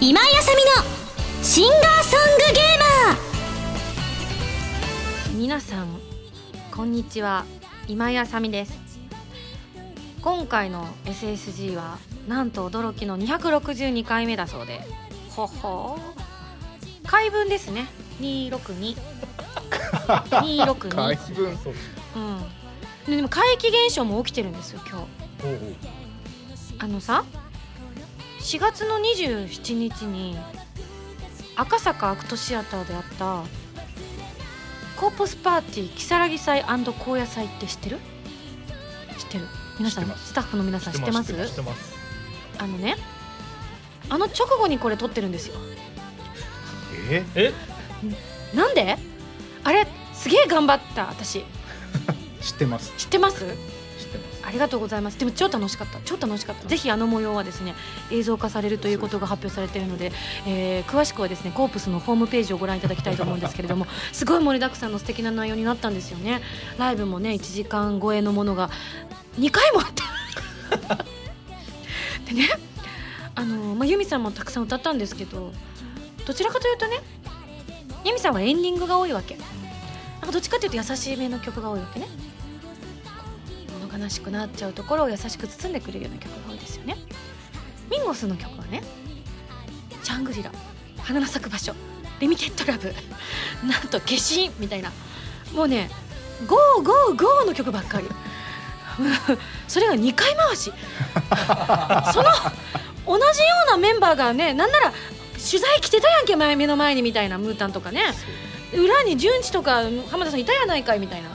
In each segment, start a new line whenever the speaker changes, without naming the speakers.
今井あさみのシンガーソングゲーマー
皆さんこんにちは今井あさみです今回の SSG はなんと驚きの262回目だそうでほほー回分ですね262 262
回分そう
うんででも怪奇現象も起きてるんですよ今日
おう
あのさ4月の27日に赤坂アクトシアターであったコープスパーティー如月祭高野祭って知ってる知ってる皆さん
知ってます
スタッフの皆さん知ってます
知ってます
あのねあの直後にこれ撮ってるんですよ
え
え
なんであれすげえ頑張った私
知ってます
知ってます
知ってます
ありがとうございますでも超楽しかった超楽しかったぜひあの模様はですね映像化されるということが発表されているので、えー詳しくはですねコープスのホームページをご覧いただきたいと思うんですけれどもすごい盛りだくさんの素敵な内容になったんですよねライブもね1時間超えのものが2回もあった でねあの、まあ、ユミさんもたくさん歌ったんですけどどちらかというとねユミさんはエンディングが多いわけなんかどっちかというと優しいめの曲が多いわけね物悲しくなっちゃうところを優しく包んでくれるような曲が多いですよねミンゴスの曲はね「シャングリラ」「花の咲く場所」「リミテッドラブ」 「なんと化身」みたいなもうね「ゴーゴーゴー」の曲ばっかり それが2回回し その同じようなメンバーがねなんなら取材来てたやんけ前目の前にみたいなムータンとかね裏に純一とか浜田さんいたやないかいみたいな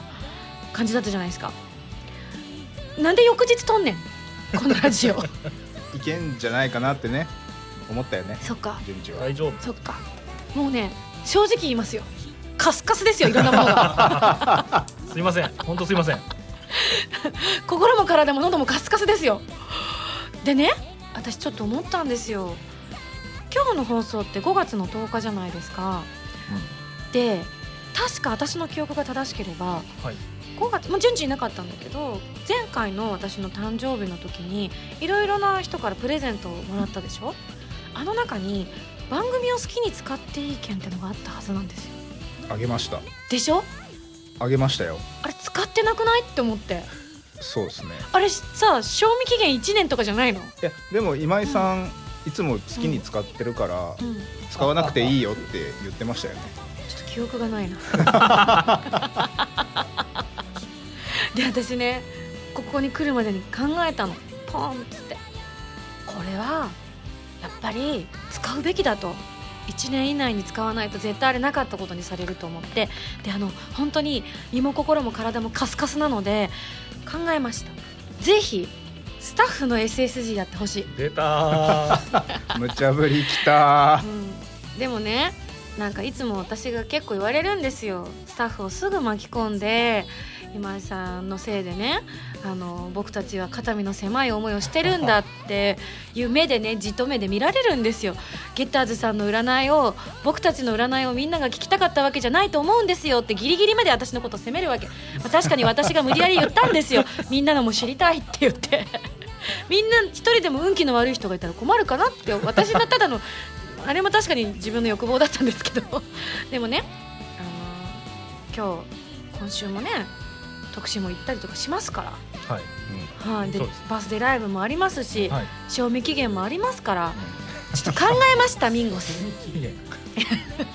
感じだったじゃないですかなんで翌日撮んねんこのラジオ
いけんじゃないかなってね思ったよね
そっか
順次は
大丈夫
そっかもうね正直言いますよカスカスですよいろんなもの が
すいません本当すいません
心も体も喉もカスカスですよでね私ちょっと思ったんですよ今日の放送って5月の10日じゃないですか、で確か私の記憶が正しければ
はい
5月もう順次いなかったんだけど前回の私の誕生日の時にいろいろな人からプレゼントをもらったでしょあの中に番組を好きに使っていい券ってのがあったはずなんですよ
あげました
でしょ
あげましたよ
あれ使ってなくないって思って
そうですね
あれさ賞味期限1年とかじゃないの
いやでも今井さん、いつも好きに使ってるから、
うんちょ
使わなくていいよって言ってましたよね
っと記憶がないなで私ねここに来るまでに考えたのポンっつってこれはやっぱり使うべきだと1年以内に使わないと絶対あれなかったことにされると思ってであの本当に身も心も体もカスカスなので考えましたぜひスタッフの SSG やってほしい
出たー
無茶ぶりきた
うん、でもねなんかいつも私が結構言われるんですよスタッフをすぐ巻き込んで今井さんのせいでねあの僕たちは肩身の狭い思いをしてるんだっていう目でねじと目で見られるんですよゲッターズさんの占いを僕たちの占いをみんなが聞きたかったわけじゃないと思うんですよってギリギリまで私のことを責めるわけ、まあ確かに私が無理やり言ったんですよみんなのも知りたいって言ってみんな一人でも運気の悪い人がいたら困るかなって私のただのあれも確かに自分の欲望だったんですけど でもね、あのー今日今週もね特集も行ったりとかしますから、
はい、
はい、で
そうです
バースデーライブもありますし、
はい、
賞味期限もありますから、 ちょっと考えましたミンゴス
いいね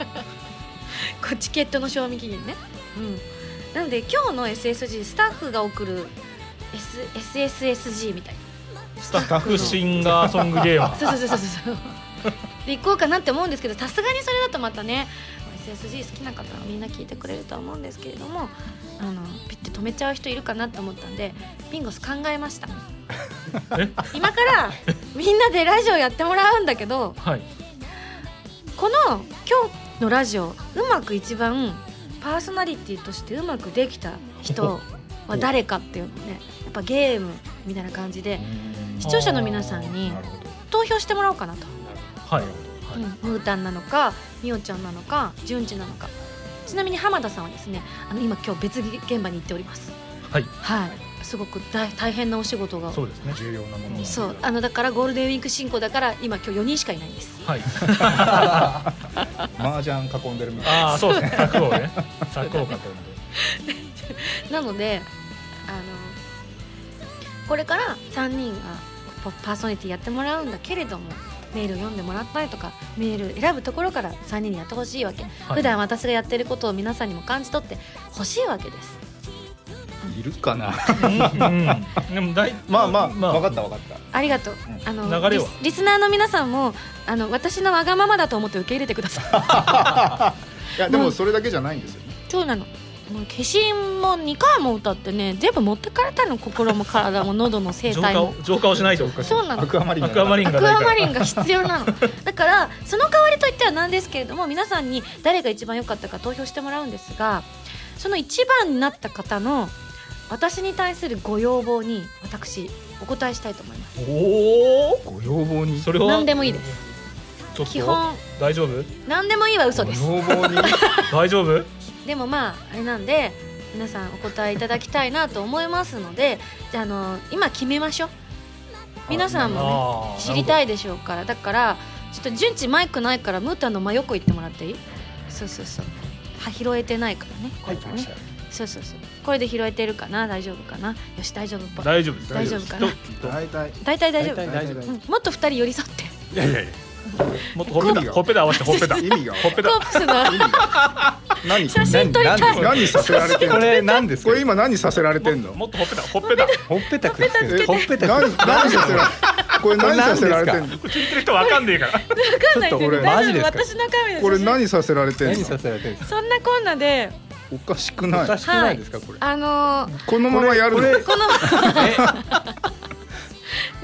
こうチケットの賞味期限ね、うん、なので今日の SSG スタッフが送る、S、SSSG みたいな。
ス タッフシンガーソングゲーマー
そうそうそうそうそうで行こうかなって思うんですけどさすがにそれだとまたね SSG 好きな方はみんな聞いてくれるとは思うんですけれどもあのピッて止めちゃう人いるかなと思ったんでビンゴス考えました
え
今からみんなでラジオやってもらうんだけど
はい
この今日のラジオうまく一番パーソナリティとしてうまくできた人は誰かっていうのをねやっぱゲームみたいな感じで視聴者の皆さんに
なるほど
投票してもらおうかなと。
はいはい
うん、ムータンなのかみおちゃんなのかじゅんちなのかちなみに浜田さんはですねあの今今日別現場に行っております
はい
はいすごく大大変なお仕事が
そうですね。
重要なものが
そうあのだからゴールデンウィーク進行だから今今日4人しかいないんです
はい。
麻雀囲んでるみたい
ああ、そうですね。柵をね。柵を囲んで。
なのであのこれから3人がパパーソナリティやってもらうんだけれどもメールを読んでもらったりとかメール選ぶところから3人にやってほしいわけ、
はい
普段私がやってることを皆さんにも感じ取ってほしいわけです
いるかな
うん。でも大
まあまあ、分かった分かった
ありがとう、
う
あの
流れ
リ
は
スリスナーの皆さんもあの私のわがままだと思って受け入れてくだ さい
いやでもそれだけじゃないんですよね
そうなのもう化身も2回も歌ってね全部持ってかれたの心も体も喉の声
浄
帯
化
も
を浄化をしないと。
そうなの
アクアマリン
アクアマリン
ア
が
ク
ない
ア
か
マリ
ら。
ンが必要 なのだからその代わりといってはなんですけれども皆さんに誰が一番良かったか投票してもらうんですがその一番になった方の私に対するご要望に私お答えしたいと思います
おお。
ご要望に
それは。
何でもいいです。
ちょっ
基
と。
本
大丈夫？
何でもいいは嘘です
ご要望に
大丈夫？
でもまああれなんで皆さんお答えいただきたいなと思いますのでじゃああの今決めましょう皆さんもね
ああ。
知りたいでしょうからだからちょっと順次マイクないからムータンの真横行ってもらっていいそうそうそうは拾えてないからねこれね、そうそうそうこれで拾えてるかな大丈夫かなよし大丈夫っぽい
大丈夫です
大丈夫かな
きっときっと
大体
大体大丈夫
大体大丈夫
うんもっと二人寄り添って
いやいやいや
もっとほっぺ
意味
た
が
ほっぺた合わせてほっぺた
意味が
ほっぺ
コ
た
ープスの
意味が何
写真撮りたい
何何させられてんの
これ何です
こ
か
れ今何させられてんの
もっとほっぺたほっぺた
ほっぺたくっつけてほっぺたくっ
何
つけて
何させられこれ何させられてん
これ何
の
聞いてる人わかんねえから
分かんないですよね
ちょっと
大
俺
丈夫
マジです
私のカメラ
これ
写真
何させられてん
何
の
させられてるんですか
そんなこんなで
おかしく
お
な
か
い
しくないですかこれ
あのー
このままやる
こ
の
れ
この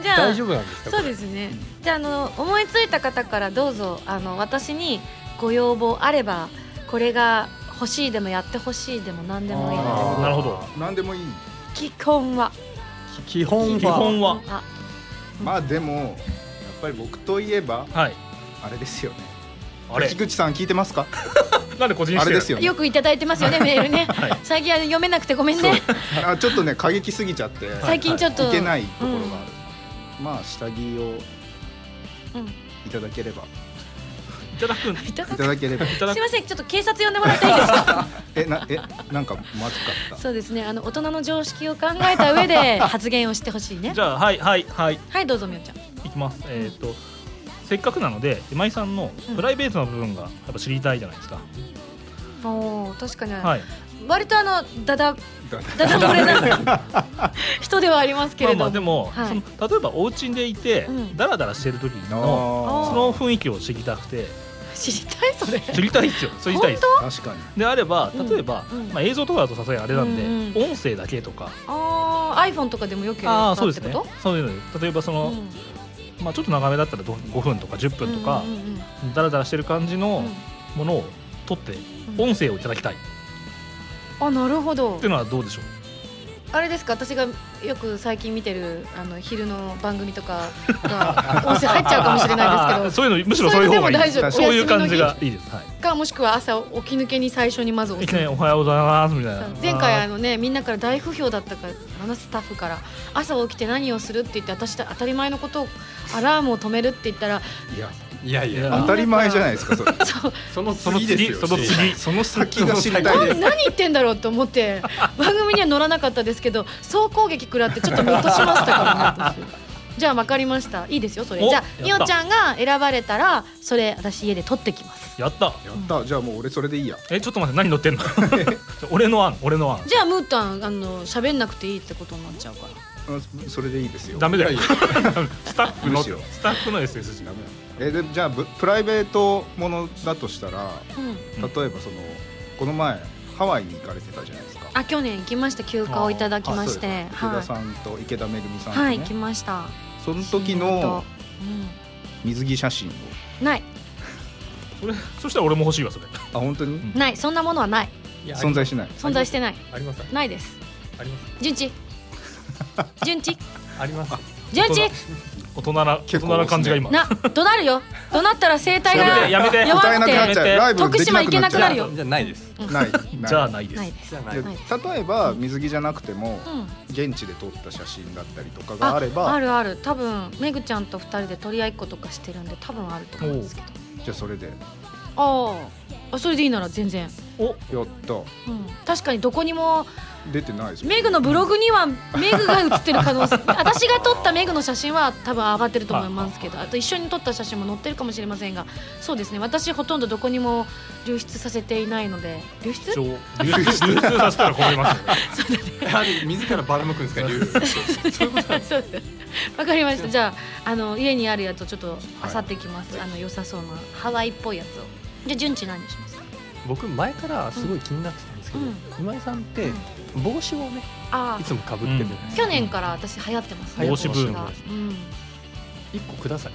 じゃあ
大丈夫なんですか
そうですね。じゃああの思いついた方からどうぞあの私にご要望あればこれが欲しいでもやってほしいでも何でもいいで
あー
なるほど
何でもいい
す。既婚は
基本は
基本は
あ
まあでもやっぱり僕といえば
はい
あれですよね
あれ
口口さん聞いてますか
なんで個人
あ
して
れ
る
ですよね
よくいただいてますよねメールね。
はい
最近は読めなくてごめんね。
あちょっとね過激すぎちゃって
最近ちょっと
いけないところがあるまあ下着を
うん
いただければ
いただくん
いただ
い
く
ただければ
いただ
す
く
いませんちょっと警察呼んでもらっていいですか。
えなえなんかまずか った
そうですねあの大人の常識を考えた上で発言をしてほしいね
じ。ゃあはいはいはい
はいどうぞみおちゃん。
いきますえっとせっかくなので今井さんのプライベートな部分がやっぱ知りたいじゃないですか
おお確かに、
はい
割とあのだだ
だだ
だだ漏れな 人ではありますけ
まあ
れど
まあでも
はい
その例えばお家でいて
うん
ダラダラしてる時の
ー
そ
あ
の雰囲気を知りたくて
知りたいそれ
知りたいっすよ知りたいっす
あ確かに
であれば
うん
例えば、
うん
まあ、映像とかだとさすがにあれなんで、
うん
音声だけとか
ああ iPhone とかでもよけれ
あ
ば
あそうです
っ
ね
てこと
そういうので例えばその、まあ、ちょっと長めだったらど5分とか10分とか
うんうんうん
ダラダラしてる感じ
う
の
ん
ものを撮って
うん
音声をいただきたいっ
あなるほど
ていうのはどうでしょう
あれですか私がよく最近見てるあの昼の番組とか が音声入っちゃうかもしれないですけ
そういうのむしろそういう方がいいです
そういうのでも大
丈夫
そういう
お休みの
感
日
じがいいです、は
どかもしくは朝起き抜けに最初にまずお
い、いき
す
なり「おはようございます」みたいな
前回あのねみんなから大不評だったからあのスタッフから朝起きて何をするって言って私た当たり前のことをアラームを止めるって言ったら
いや
いやい
いや
や
当たり前じゃないですか それ
そう
その
その次その次
その先が知りたいです
何言ってんだろうと思って 番組には乗らなかったですけど総攻撃食らってちょっとムッとしましたからね私じゃあ分かりましたいいですよそれ
お
じゃあみ
やった
おちゃんが選ばれたらそれ私家で取ってきます
やった
やったじゃあもう俺それでいいや
えちょっと待って何 乗ってんのちょ俺の案俺の案
じゃあムータンあの喋んなくていいってことになっちゃうから
あそれでいいですよ
ダメだよ
いやい
スタッフの
むしろ
スタッフの SSG
やダメだえでじゃあぶプライベートものだとしたら
うん
例えばそのこの前ハワイに行かれてたじゃないですか
あ去年行きました休暇をいただきまして
池
は
田
い
さんと池田めぐみさんと
はい行
ね
きました
その時の
う
水着写真を
んない
それそしたら俺も欲しいわそれ
あ本当に
ん
ないそんなものはない
存在しない
存在してない
あります
ないです
あります
順次順次
あります
順次
本大人な大
結構
人な感じが今
な怒鳴るよ怒鳴ったら声帯
やめてや
が
めて
弱
歌えなくなっちゃう
や
ラ
め
イブ
徳
できなくなっ
島行けなくなる
ちゃ
よ
じゃあないです。
うないない
じゃあないです
ないです
じゃあない
で
です。
ない
例えば水着じゃなくても
うん
現地で撮った写真だったりとかがあれば
あるある多分めぐちゃんと二人で取り合いっことかしてるんで多分あると思うんですけど
じゃあそれでや
あああそれでいいなら全然、
った
うん、確かにどこにも
出てないですもん
メグのブログにはメグが写ってる可能性 私が撮ったメグの写真は多分上がってると思いますけどあと一緒に撮った写真も載ってるかもしれませんがそうですね私ほとんどどこにも流出させていないので流出
一応流出させたら困りますよね
あれ自らばらまくんですか、流出
そうですわかりましたじゃああの家にあるやつをちょっと漁ってきます、あの良さそうなハワイっぽいやつをじゃあ順次何にしますか
僕前からすごい気になってたんですけど、
うん
今井さんって帽子をね、
あ
いつもかぶってるじゃないですか。
去年から私流行ってますね
帽子ブーム
がうん
一個ください。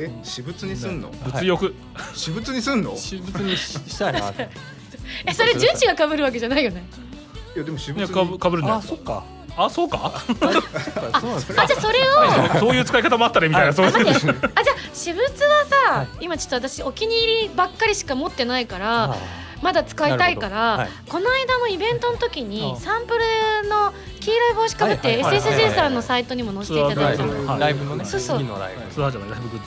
え私物にすんの
物欲
私物にすんの
私物にししたいなって。
えそれ順次が被るわけじゃないよね
いやでも私
い
物
やかぶ
に
かぶるんじゃ
あ、
ないです
そっか。
かあそうか
あ、そっか。そうなんです
あ
か。
じゃあそれを
そうそういう使い方もあったねみたい なそういう
待ってあじゃあ私物はさ、
はい
今ちょっと私お気に入りばっかりしか持ってないから
あ
まだ使いたいから、
なる
この間のイベントの時に
あ
サンプルの黄色い帽子かぶっ
は
て
いはいはいはい
SSJ さんのサイトにも載せていただいた
ツアーガイド
の
の
ライブのね、
そうそう
次のライブ。
ツアーじゃないライブグッズ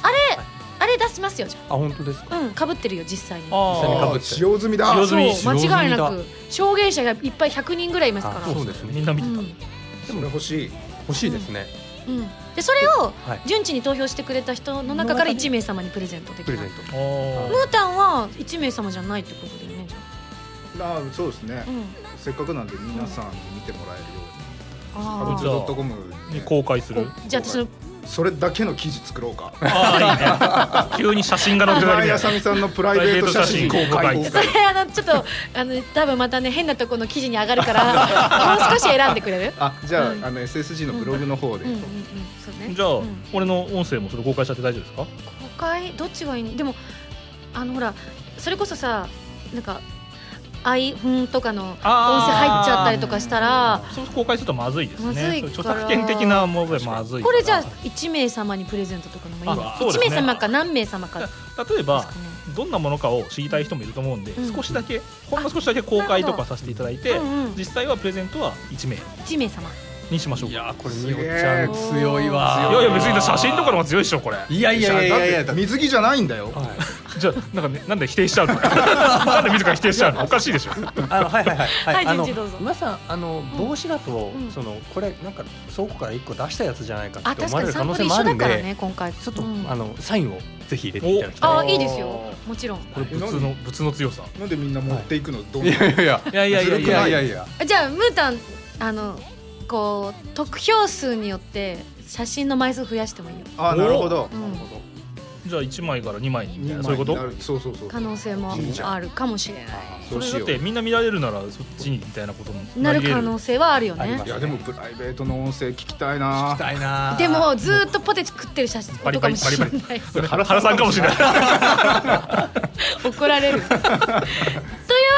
あれ出しますよじゃ
あ、本当ですか。
あうんかぶってるよ実際に
実際に被
あ
っ
あ
て
ー使用済みだ
使用済み
そう間違いな
上
く証言者がいっぱい100人ぐらいいますから
あそうですね
みんな見て
う
た、
ん
それ欲しい
欲しいですね。
うんでそれを
はい
順次に投票してくれた人の中から1名様にプレゼントでき
プ
る
レ
ム
ゼント。
あ
ータンは1名様じゃないってことだよねじゃ
あーそうですね
あ、うん、
せっかくなんで皆さんに見てもら
あ
えるように
ー
ハブツドットコム
ーに公開する
じゃあ私の
それだけの記事作ろうか
ああいいね 急に写真が載ってるだ
今
け
井
で
あさみさんのプライベート写真
プライベート写真公開
それ あのちょっとあの多分またね変なとこの記事に上がるからもう少し選んでくれる
あじゃあ,、
うん
あの SSG のブログの方で、
うんうんうんそうね
じゃあ、
うん
俺の音声もそれ公開しちゃって大丈夫ですか
公開どっちがいいのでもあのほらそれこそさなんか「あいふん」とかの音声入っちゃったりとかしたら
そう公開するとまずいですね
まずいから
著作権的なものでまずいか
こ
ら
れじゃあ1名様にプレゼントとかのもいいね
あそうですね
1名様か何名様かです
例えば
かね
どんなものかを知りたい人もいると思うんで、
うん
少しだけほんの少しだけ公開とかさせていただいて、
うんうん
実際はプレゼントは1名
1名様
にしましょう
い
か
やー、これ、みおちゃん
すげー
強いわ。
いやいや別に写真とかの方が強いでしょこれ
いやいやいやいやい
だ
やだ
っ
ってて
水着じゃないんだよ
はい
じゃあなんか、ね、なんで否定しちゃうのなんで自ら否定しちゃ うのおかしいでしょ
あのはいはいはい
はい
あの
順次どうぞ
皆さんあの帽子だと、
うん
そのこれなんか倉庫から一個出したやつじゃないか
あ
って
確
思
か
われ
に
る
サ
可
ン
能
プ
性
ル
も
一緒
ある
だ
ん
から
で、
ね今回
ちょっと、
うん
あのサインをぜひ入れていただきたい。
ああいいですよもちろん
これ物の物の強さ
なんでみんな持っていくのどんど
い
ん
やいやいや
いやいやいや
いやいやいや
あじゃあムータンあのこう得票数によって写真の枚数増やしてもいいよ、
あなるほど
うん、
じゃあ1枚から2枚にみたいな
二
そういうこと
枚になるそうそうそう
可能性もあるかもしれない
そ
そうれ
し
だっ
よ
て
う
みんな見られるならそっちにみたいなことも
なる
り得
可能性はあるよ
あり
ね
ま
いやでもプライベートの音声聞きたいな
行きたいなー。
でもずーっとポテチ食ってる写真
バリ
とか
バリ
もしれない
原さんかもしれない
怒られる というわ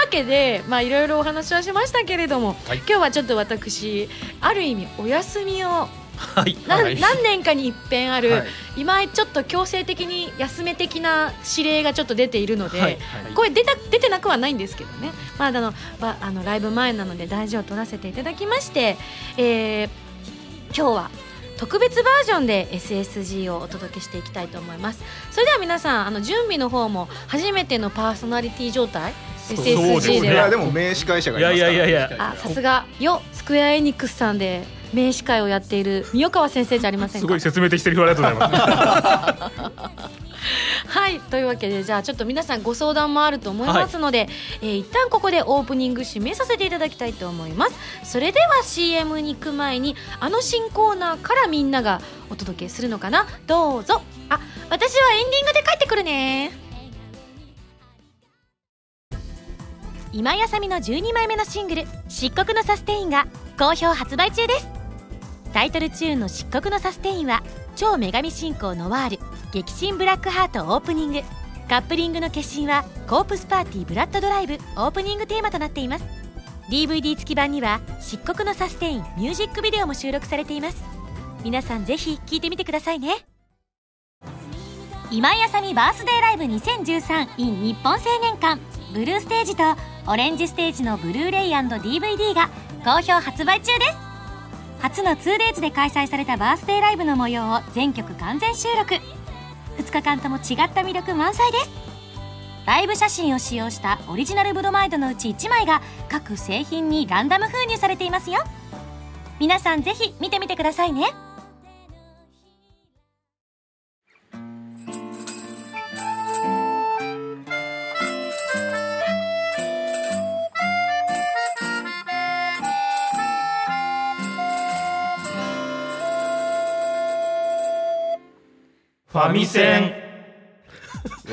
けでまあいろいろお話はしましたけれども、今日はちょっと私ある意味お休みを
はい
何,、
はい
何年かに一遍ある、
はい
今ちょっと強制的に休め的な指令がちょっと出ているので、
はい
これ出た出てなくはないんですけどね、まあ、あのばあのライブ前なので大事を取らせていただきまして、えー今日は特別バージョンで SSG をお届けしていきたいと思いますそれでは皆さんあの準備の方も初めてのパーソナリティ状態
うそうで
SSG
すね
い
で
や
は
でも名刺会社が
い
いま
や
す
い
から
やいやいや
あさすがよスクエアエニックスさんで名刺会をやっている三岡川先生じゃありません
す
か
ごい 説明的セリフありがとうございます
はいというわけでじゃあちょっと皆さんご相談もあると思いますので、えー一旦ここでオープニング締めさせていただきたいと思いますそれでは CM に行く前にあの新コーナーからみんながお届けするのかなどうぞあ私はエンディングで帰ってくるね
今やさみの12枚目のシングル「漆黒のサステイン」が好評発売中ですタイトルチューンの「漆黒のサステイン」は超女神信仰ノワール激震ブラックハートオープニングカップリングの決心はコープスパーティーブラッドドライブオープニングテーマとなっています DVD 付き版には「漆黒のサステイン」ミュージックビデオも収録されています皆さんぜひ聞いてみてくださいね今井あさみバースデーライブ 2013in 日本青年館ブルーステージとオレンジステージのブルーレイ &DVD が好評発売中です初の 2days で開催されたバースデーライブの模様を全曲完全収録2日間とも違った魅力満載ですライブ写真を使用したオリジナルブロマイドのうち1枚が各製品にランダム封入されていますよ皆さんぜひ見てみてくださいね
ファミセン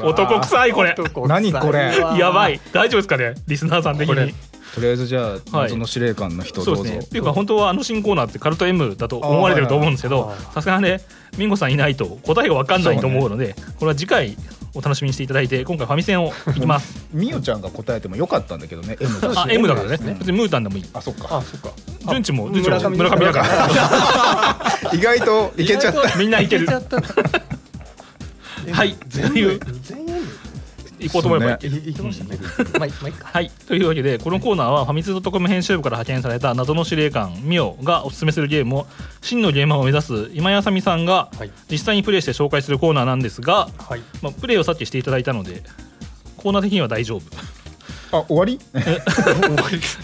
男
い
臭いこれ
何これ
やばい大丈夫ですかねリスナーさん的
これ
に
とりあえずじゃあ
はい
謎の司令官の人
そ
ど
う
う
で
ぞ
すねっていうか本当はあの新コーナーってカルト M だと思われてると思うんですけどさすがにねミンゴさんいないと答えが分かんないと思うのでこれは次回お楽しみにしていただいて今回ファミセンをいきます
みおちゃんが答えてもよかったんだけどね M だし
あ M だからね
うん
別にムータンでもいい
あそっか
あそっか
順地も順地
村
も
上
村上だから
意外といけちゃ った
みんないける
ちゃった
はい
全
という
部全員
行こうと思えばいける
いきましたねまあいまあいいか
はいというわけでこのコーナーはファミツー .com 編集部から派遣された謎の司令官ミオがおすすめするゲームを真のゲーマーを目指す今井あさみさんが
はい
実際にプレイして紹介するコーナーなんですが、
はい
まあ、プレイをさっきしていただいたのでコーナー的には大丈夫
あ終わり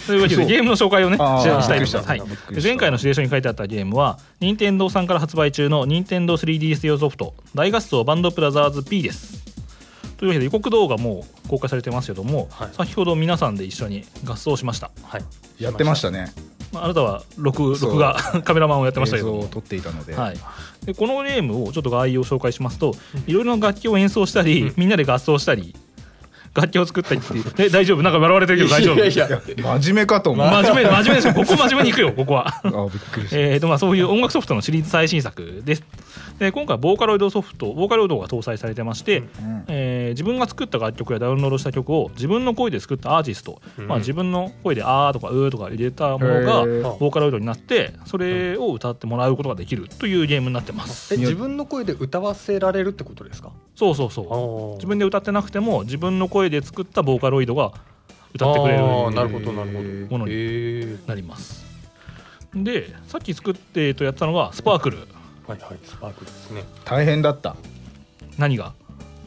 というわけで
そう
ゲームの紹介をね
あー
しした
びっく
いと思いま
りし
す、
た
はい
びっくり、した
前回の指令書に書いてあったゲームは任天堂さんから発売中の任天堂 3DS 用ソフト「大合奏バンドブラザーズ P」ですというわけで予告動画もう公開されてますけども、
はい
先ほど皆さんで一緒に合奏しました
はい
やってましたね
まあ、あなたは録
そう
録画 カメラマンをやってました
映
け
像
ど
を、撮っていたので、
はい、でこのゲームをちょっと概要を紹介しますと、いろいろな楽器を演奏したり、
うん
みんなで合奏したり楽器を作ったりっていうえ大丈夫なんか笑われてるけど大丈夫
いやいや
いや真面目かと思う、
真面目真面目ですよここ真面目にいくよここは
あびっくりした、
えーとまあそういう音楽ソフトのシリーズ最新作ですで今回ボーカロイドソフトボーカロイドが搭載されてまして、
うん
えー自分が作った楽曲やダウンロードした曲を自分の声で作ったアーティスト、
うん
まあ、自分の声で「あ」とか「う」とか入れたものが
へー
ボーカロイドになってそれを歌ってもらうことができるというゲームになってます、
え自分の声で歌わせられるってことですか
そうそうそう自分
で
で歌ってなくても自分の声で作ったボーカロイドが歌ってくれるように
なるほどなるほ
も
ど
のに
へえ
なりますでさっき作って、えっと、やったのがスパークル
はいはいスパークですね
大変だった
何が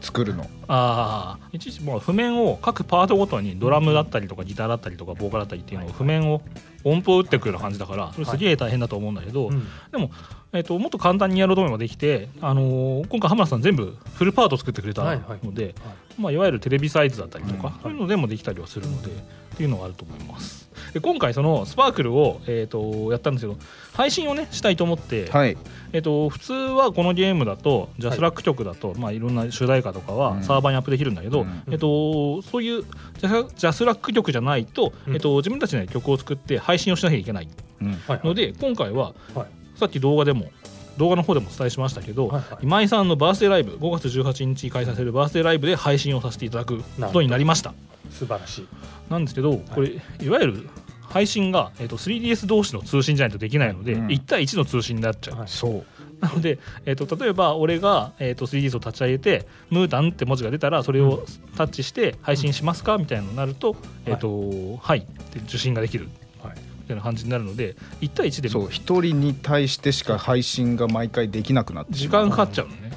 作るの
ああいちいちもう譜面を各パートごとにドラムだったりとかギターだったりとかボーカルだったりっていうのを譜面を音符を打ってくるような感じだからそれすげえ大変だと思うんだけど、でも、えっともっと簡単にやろうと思えばできて、あのー今回浜田さん全部フルパート作ってくれたの
は
で、
い
い
はい
まあ、いわゆるテレビサイズだったりとか、
うん
そういうのでもできたりはするので、っていうのがあると思いますで今回そのスパークルを、えっとやったんですけど配信をねしたいと思って、
はい
えっと普通はこのゲームだとジャスラック曲だと、いまあ、いろんな主題歌とか
う
は
ん
サーバーにアップできるんだけど、
うん
えっとそういうジャスジャスラック曲じゃないと、
うん
えっと自分たちで曲を作って配信をしなきゃいけない
うん
はい
ので今回は、
はい
さっき動画でも動画の方でもお伝えしましたけど、
はいはい
今井さんのバースデーライブ5月18日に開催されるバースデーライブで配信をさせていただくことになりました
素晴らしい
なんですけどこれ、い、わゆる配信が、えっと 3DS 同士の通信じゃないとできないので、
うん
1対1の通信になっちゃう、
はい
そう
なので、えっと例えば俺が、えっと 3DS を立ち上げて「ムータン」って文字が出たらそれをタッチして配信しますかみたいなのになると「えっとはい」って受信ができる
はい
みたいな感じになるので1対1で
そう一人に対してしか配信が毎回できなくなってし
時
ま
間かかっちゃうのね。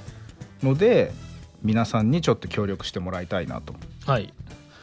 うので皆さんにちょっと協力してもらいたいなと
はい、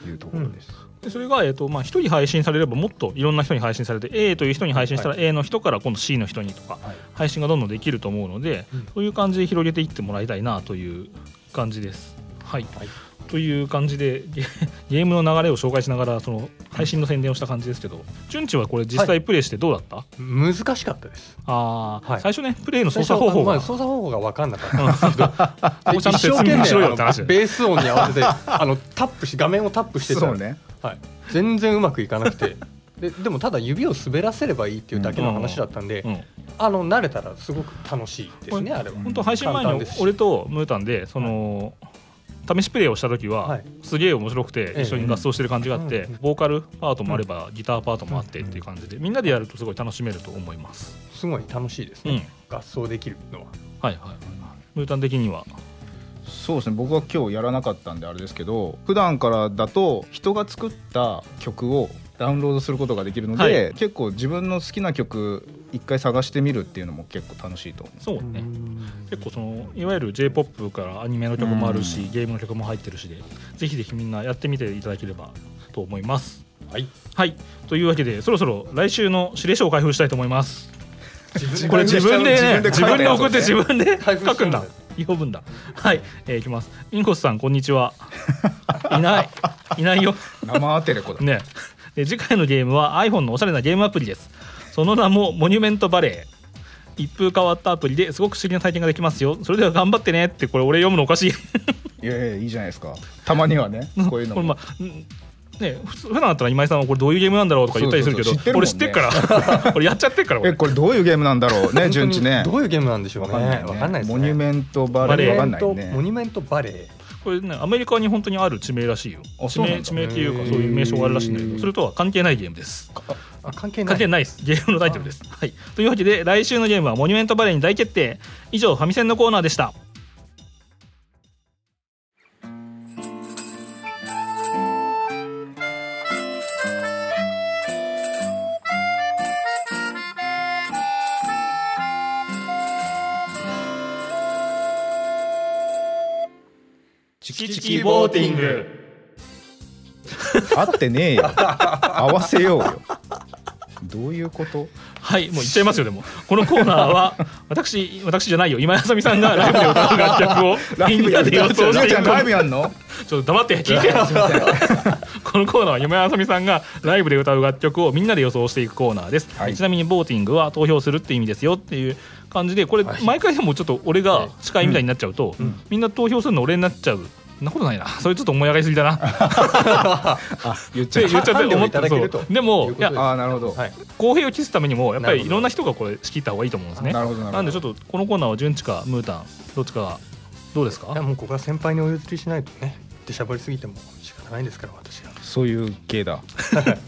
いうところです、
でそれが、えーとまあ、1人配信されればもっといろんな人に配信されて A という人に配信したら A の人から今度 C の人にとか、
はい
配信がどんどんできると思うので、
うん
そういう感じで広げていってもらいたいなという感じです。はい、
はい
という感じでゲゲームの流れを紹介しながらその配信の宣伝をした感じですけど順次はこれ実
は
際プレイしてどうだった、
難しかったです
あー
はい
最初ねプレイの操作方法
ま
が
あ、操作方法が分かんなかっ
うんそうだ
た
こうちゃんと説明しろよって話
あのベース音に合わせて あのタップし画面をタップしてた
そ
ら
うね
はい、全然うまくいかなくてででもただ指を滑らせればいいっていうだけの話だったんで、
うん
あの慣れたらすごく楽しいですねあれは
うん
本当配信前
簡単
に
ですし
俺とムータンでその、試しプレイをした時は、
はい
すげえ面白くて一緒に合奏してる感じがあって、
うんうん
ボーカルパートもあれば、ギターパートもあってっていう感じでみんなでやるとすごい楽しめると思います。
すごい楽しいです
うん
ね、合奏できる のは
はいはいはいムータン的には
そうですね僕は今日やらなかったんであれですけど普段からだと人が作った曲をダウンロードすることができるので、
は
結構自分の好きな曲一回探してみるっていうのも結構楽しいと思
そうね、
うん
結構そのいわゆる j p o p からアニメの曲もあるし、
うん
ゲームの曲も入ってるしでぜひぜひみんなやってみていただければと思います。
はい
はいというわけでそろそろ来週の指令書を開封したいと思います。
自
これ自分でね
自
自分
分
で
で
送
書
っ
いた
て
やつ
自
を
分で
開封
書くんだ
するんだ
呼ぶんだはい、えー、いきますインコスさんこんにち はいないいないよ
う生テレコだ、
ねで次回のゲームは iPhone のおしゃれなゲームアプリですその名もモニュメントバレー一風変わったアプリですごく不思議な体験ができますよそれでは頑張ってねってこれ俺読むのおかしい
いやいやいいじゃないですかたまにはねこういうの
これ
も
まあんね普通普段だったら今井さんはこれどういうゲームなんだろうとか言ったりするけど
そうそうそう
俺
知
知っ
ってて
っ
る
か
も
ら俺やっちゃってっから
え
俺
これどういうゲームなんだろうね順次ね
どういうゲームなんでしょう
わ
ね
かんないね
わかんないです
モニュ
ね
メントバレーわかんないね
モニュメントバレー
これねアメリカに本当にある地名らしいよ
あ
地
そうなん
名
だ
地名っていうかそういう名称があるらしいんだけどそれとは関係ないゲームです
あ関係ない
関係ないですゲームのタイトルです、はい、というわけで来週のゲームはモニュメントバレーに大決定以上ファミセンのコーナーでしたチキチキボーティング
合ってねえよ合わせようよどういうこと
はいもう言っちゃいますよでもこのコーナ ーは私私じゃないよ今井あさみさんがライブで歌う楽曲をみんなで予想してい
ちゃんライ
く
ブやんの
ちょっと黙って聞いてこのコーナーは嫁あさみさんがライブで歌う楽曲をみんなで予想していくコーナーです、
はい
ちなみにボーティングは投票するって意味ですよっていう感じでこれ毎回でもちょっと俺が司会みたいになっちゃうと、みんな投票するの俺になっちゃうそんなことないなそれちょっと思い上がりすぎだ なっ
言っちゃ
て
う
言っちゃって
判断を
思っ
いた
た
だける
そう
と
でも
いうこと
い
です
や
ああなるほど、
はい
公平を期すためにもやっぱりい
なるほど
ろんな人がこれ仕切った方がいいと思うんですね
なるほどなるほど
んでちょっとこのコーナーは順知かムータンどっちかがどうです
いや
か
もうここは先輩にお譲りしないとね出しゃばりすぎても仕方ないですから私は
そういう系だ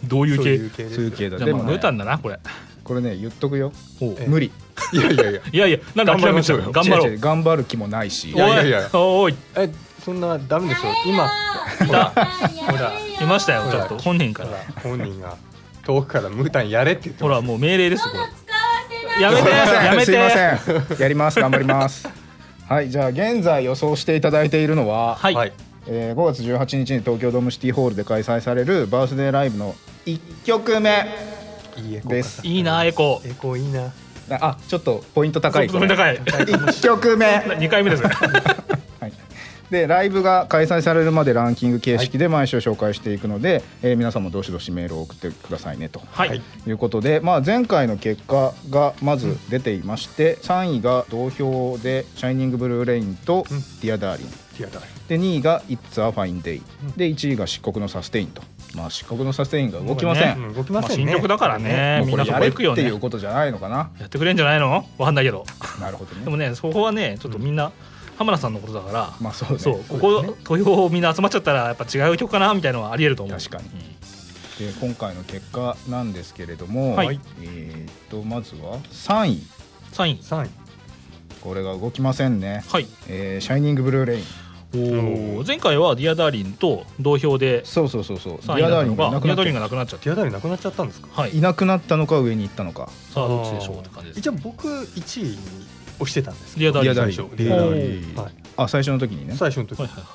どうい
そうういう
系
系で
そう
す
いう
よ
系だ
じゃあ
で
まあ
も、
ムー
ね、
タンだなこれ
これね言っとくよ
おう
え
無理
いやいやいや
いやいやなんで諦めちゃうの頑張ろ
違違
う
頑張る気もないし
いやいやいや
おい
えそんなダメですよ今ほら ほら
おいいましたよ
ほ
ち
ら
ょっと本人か
ほ
ら
ら本人が遠くからムータンやれって言って
ほ
ま
ら
す
もう命令ですこれやめてやめ
す
て
いませんすいませんやります頑張りますはいじゃあ現在予想していただいているのは、
はい、
はい
えー5月18日に東京ドームシティホールで開催されるバースデーライブの1曲目
いいエコーか
です
いいなエコー
エコーいいな
あちょっとポイント高い
そうそれ高い
1曲目
2回目です
はい、でライブが開催されるまでランキング形式で毎週紹介していくので、えー皆さんもどしどしメールを送ってくださいねと
はい
いうことで、まあ、前回の結果がまず出ていまして、3位が同票で「シャイニング・ブルー・レイン」と
うん
「ディア・ダーリン
ティアダー」
で2位が「It's a Fine Day
うん」
で1位が「漆黒のサステインと」まあ、漆黒のサステインが動きません、
う
ね
ん動き
ま
ま
あ
せんね
新曲だからね
もう
み
こ
んな
れ
そ
や
こ
れ
行
っ
く
て
よね
いうことじゃないのかな、
やってくれんじゃないのわかんないけど
なるほど
で
ね
もねそこはねちょっとみんな浜田さんのことだから、
まあそうね
そうここ、投票をみんな集まっちゃったらやっぱ違う曲かなみたいなのはありえると思う
確かに
うん
で今回の結果なんですけれども、
はい
えーっとまずは3位
サイン
3位
これが動きませんね、
はい
えーシャイニングブルーレイン
おー前回は「ディアダーリンと同票で
そうそうそうそうデ
3
ィ
位
ア
だ
ダ
っ
ー
た
リ
の
ンが
が
な
デ
く
ィ
な
ア
った
ダーリンがなくなっちゃって
ティアダーリンなくなっちゃったんですか
はい
いなくなったのか上に行ったのか
さあどっちでしょうって感じです
一応僕1位に押してたんです
ディアダー
デ
リ
ィ
ン
アダー
さんで
リ
しょ
ン
デ
デ
ィ
ィア
アダ
ダ
ー
ー
リ
リ
ン
ン、
はい
あ最初の時にね
最初の時
はいはいは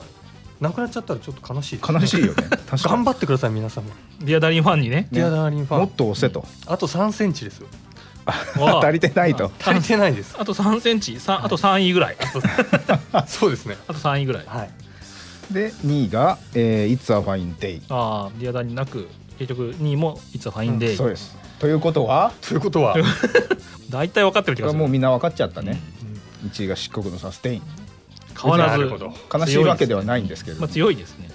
なくなっちゃったらちょっと悲しいですね
悲しいよね 確か
頑
に
張ってください皆さんも
いディアダーリンファンに ね
ティアダーリンファ
もっ
ン
と押せと
あと3センチですよ
わ あ
足りてないと
足りてないです
あと3センチさあと3位ぐらいあと
そうですね
あと3位ぐらい
はい
で2位が、えー、It's a Fine Day
あーディアダーリンなく結局2位も「いつはファインデ
そう
ー
ですということは
ということはう
大体分かってる気
これは
がする
もうみんな分かっちゃったね、
ん
1位が漆黒のサステイン
変わらず
なるほど
悲しいわけではないんですけれど
ま
も、
あ、強いですね、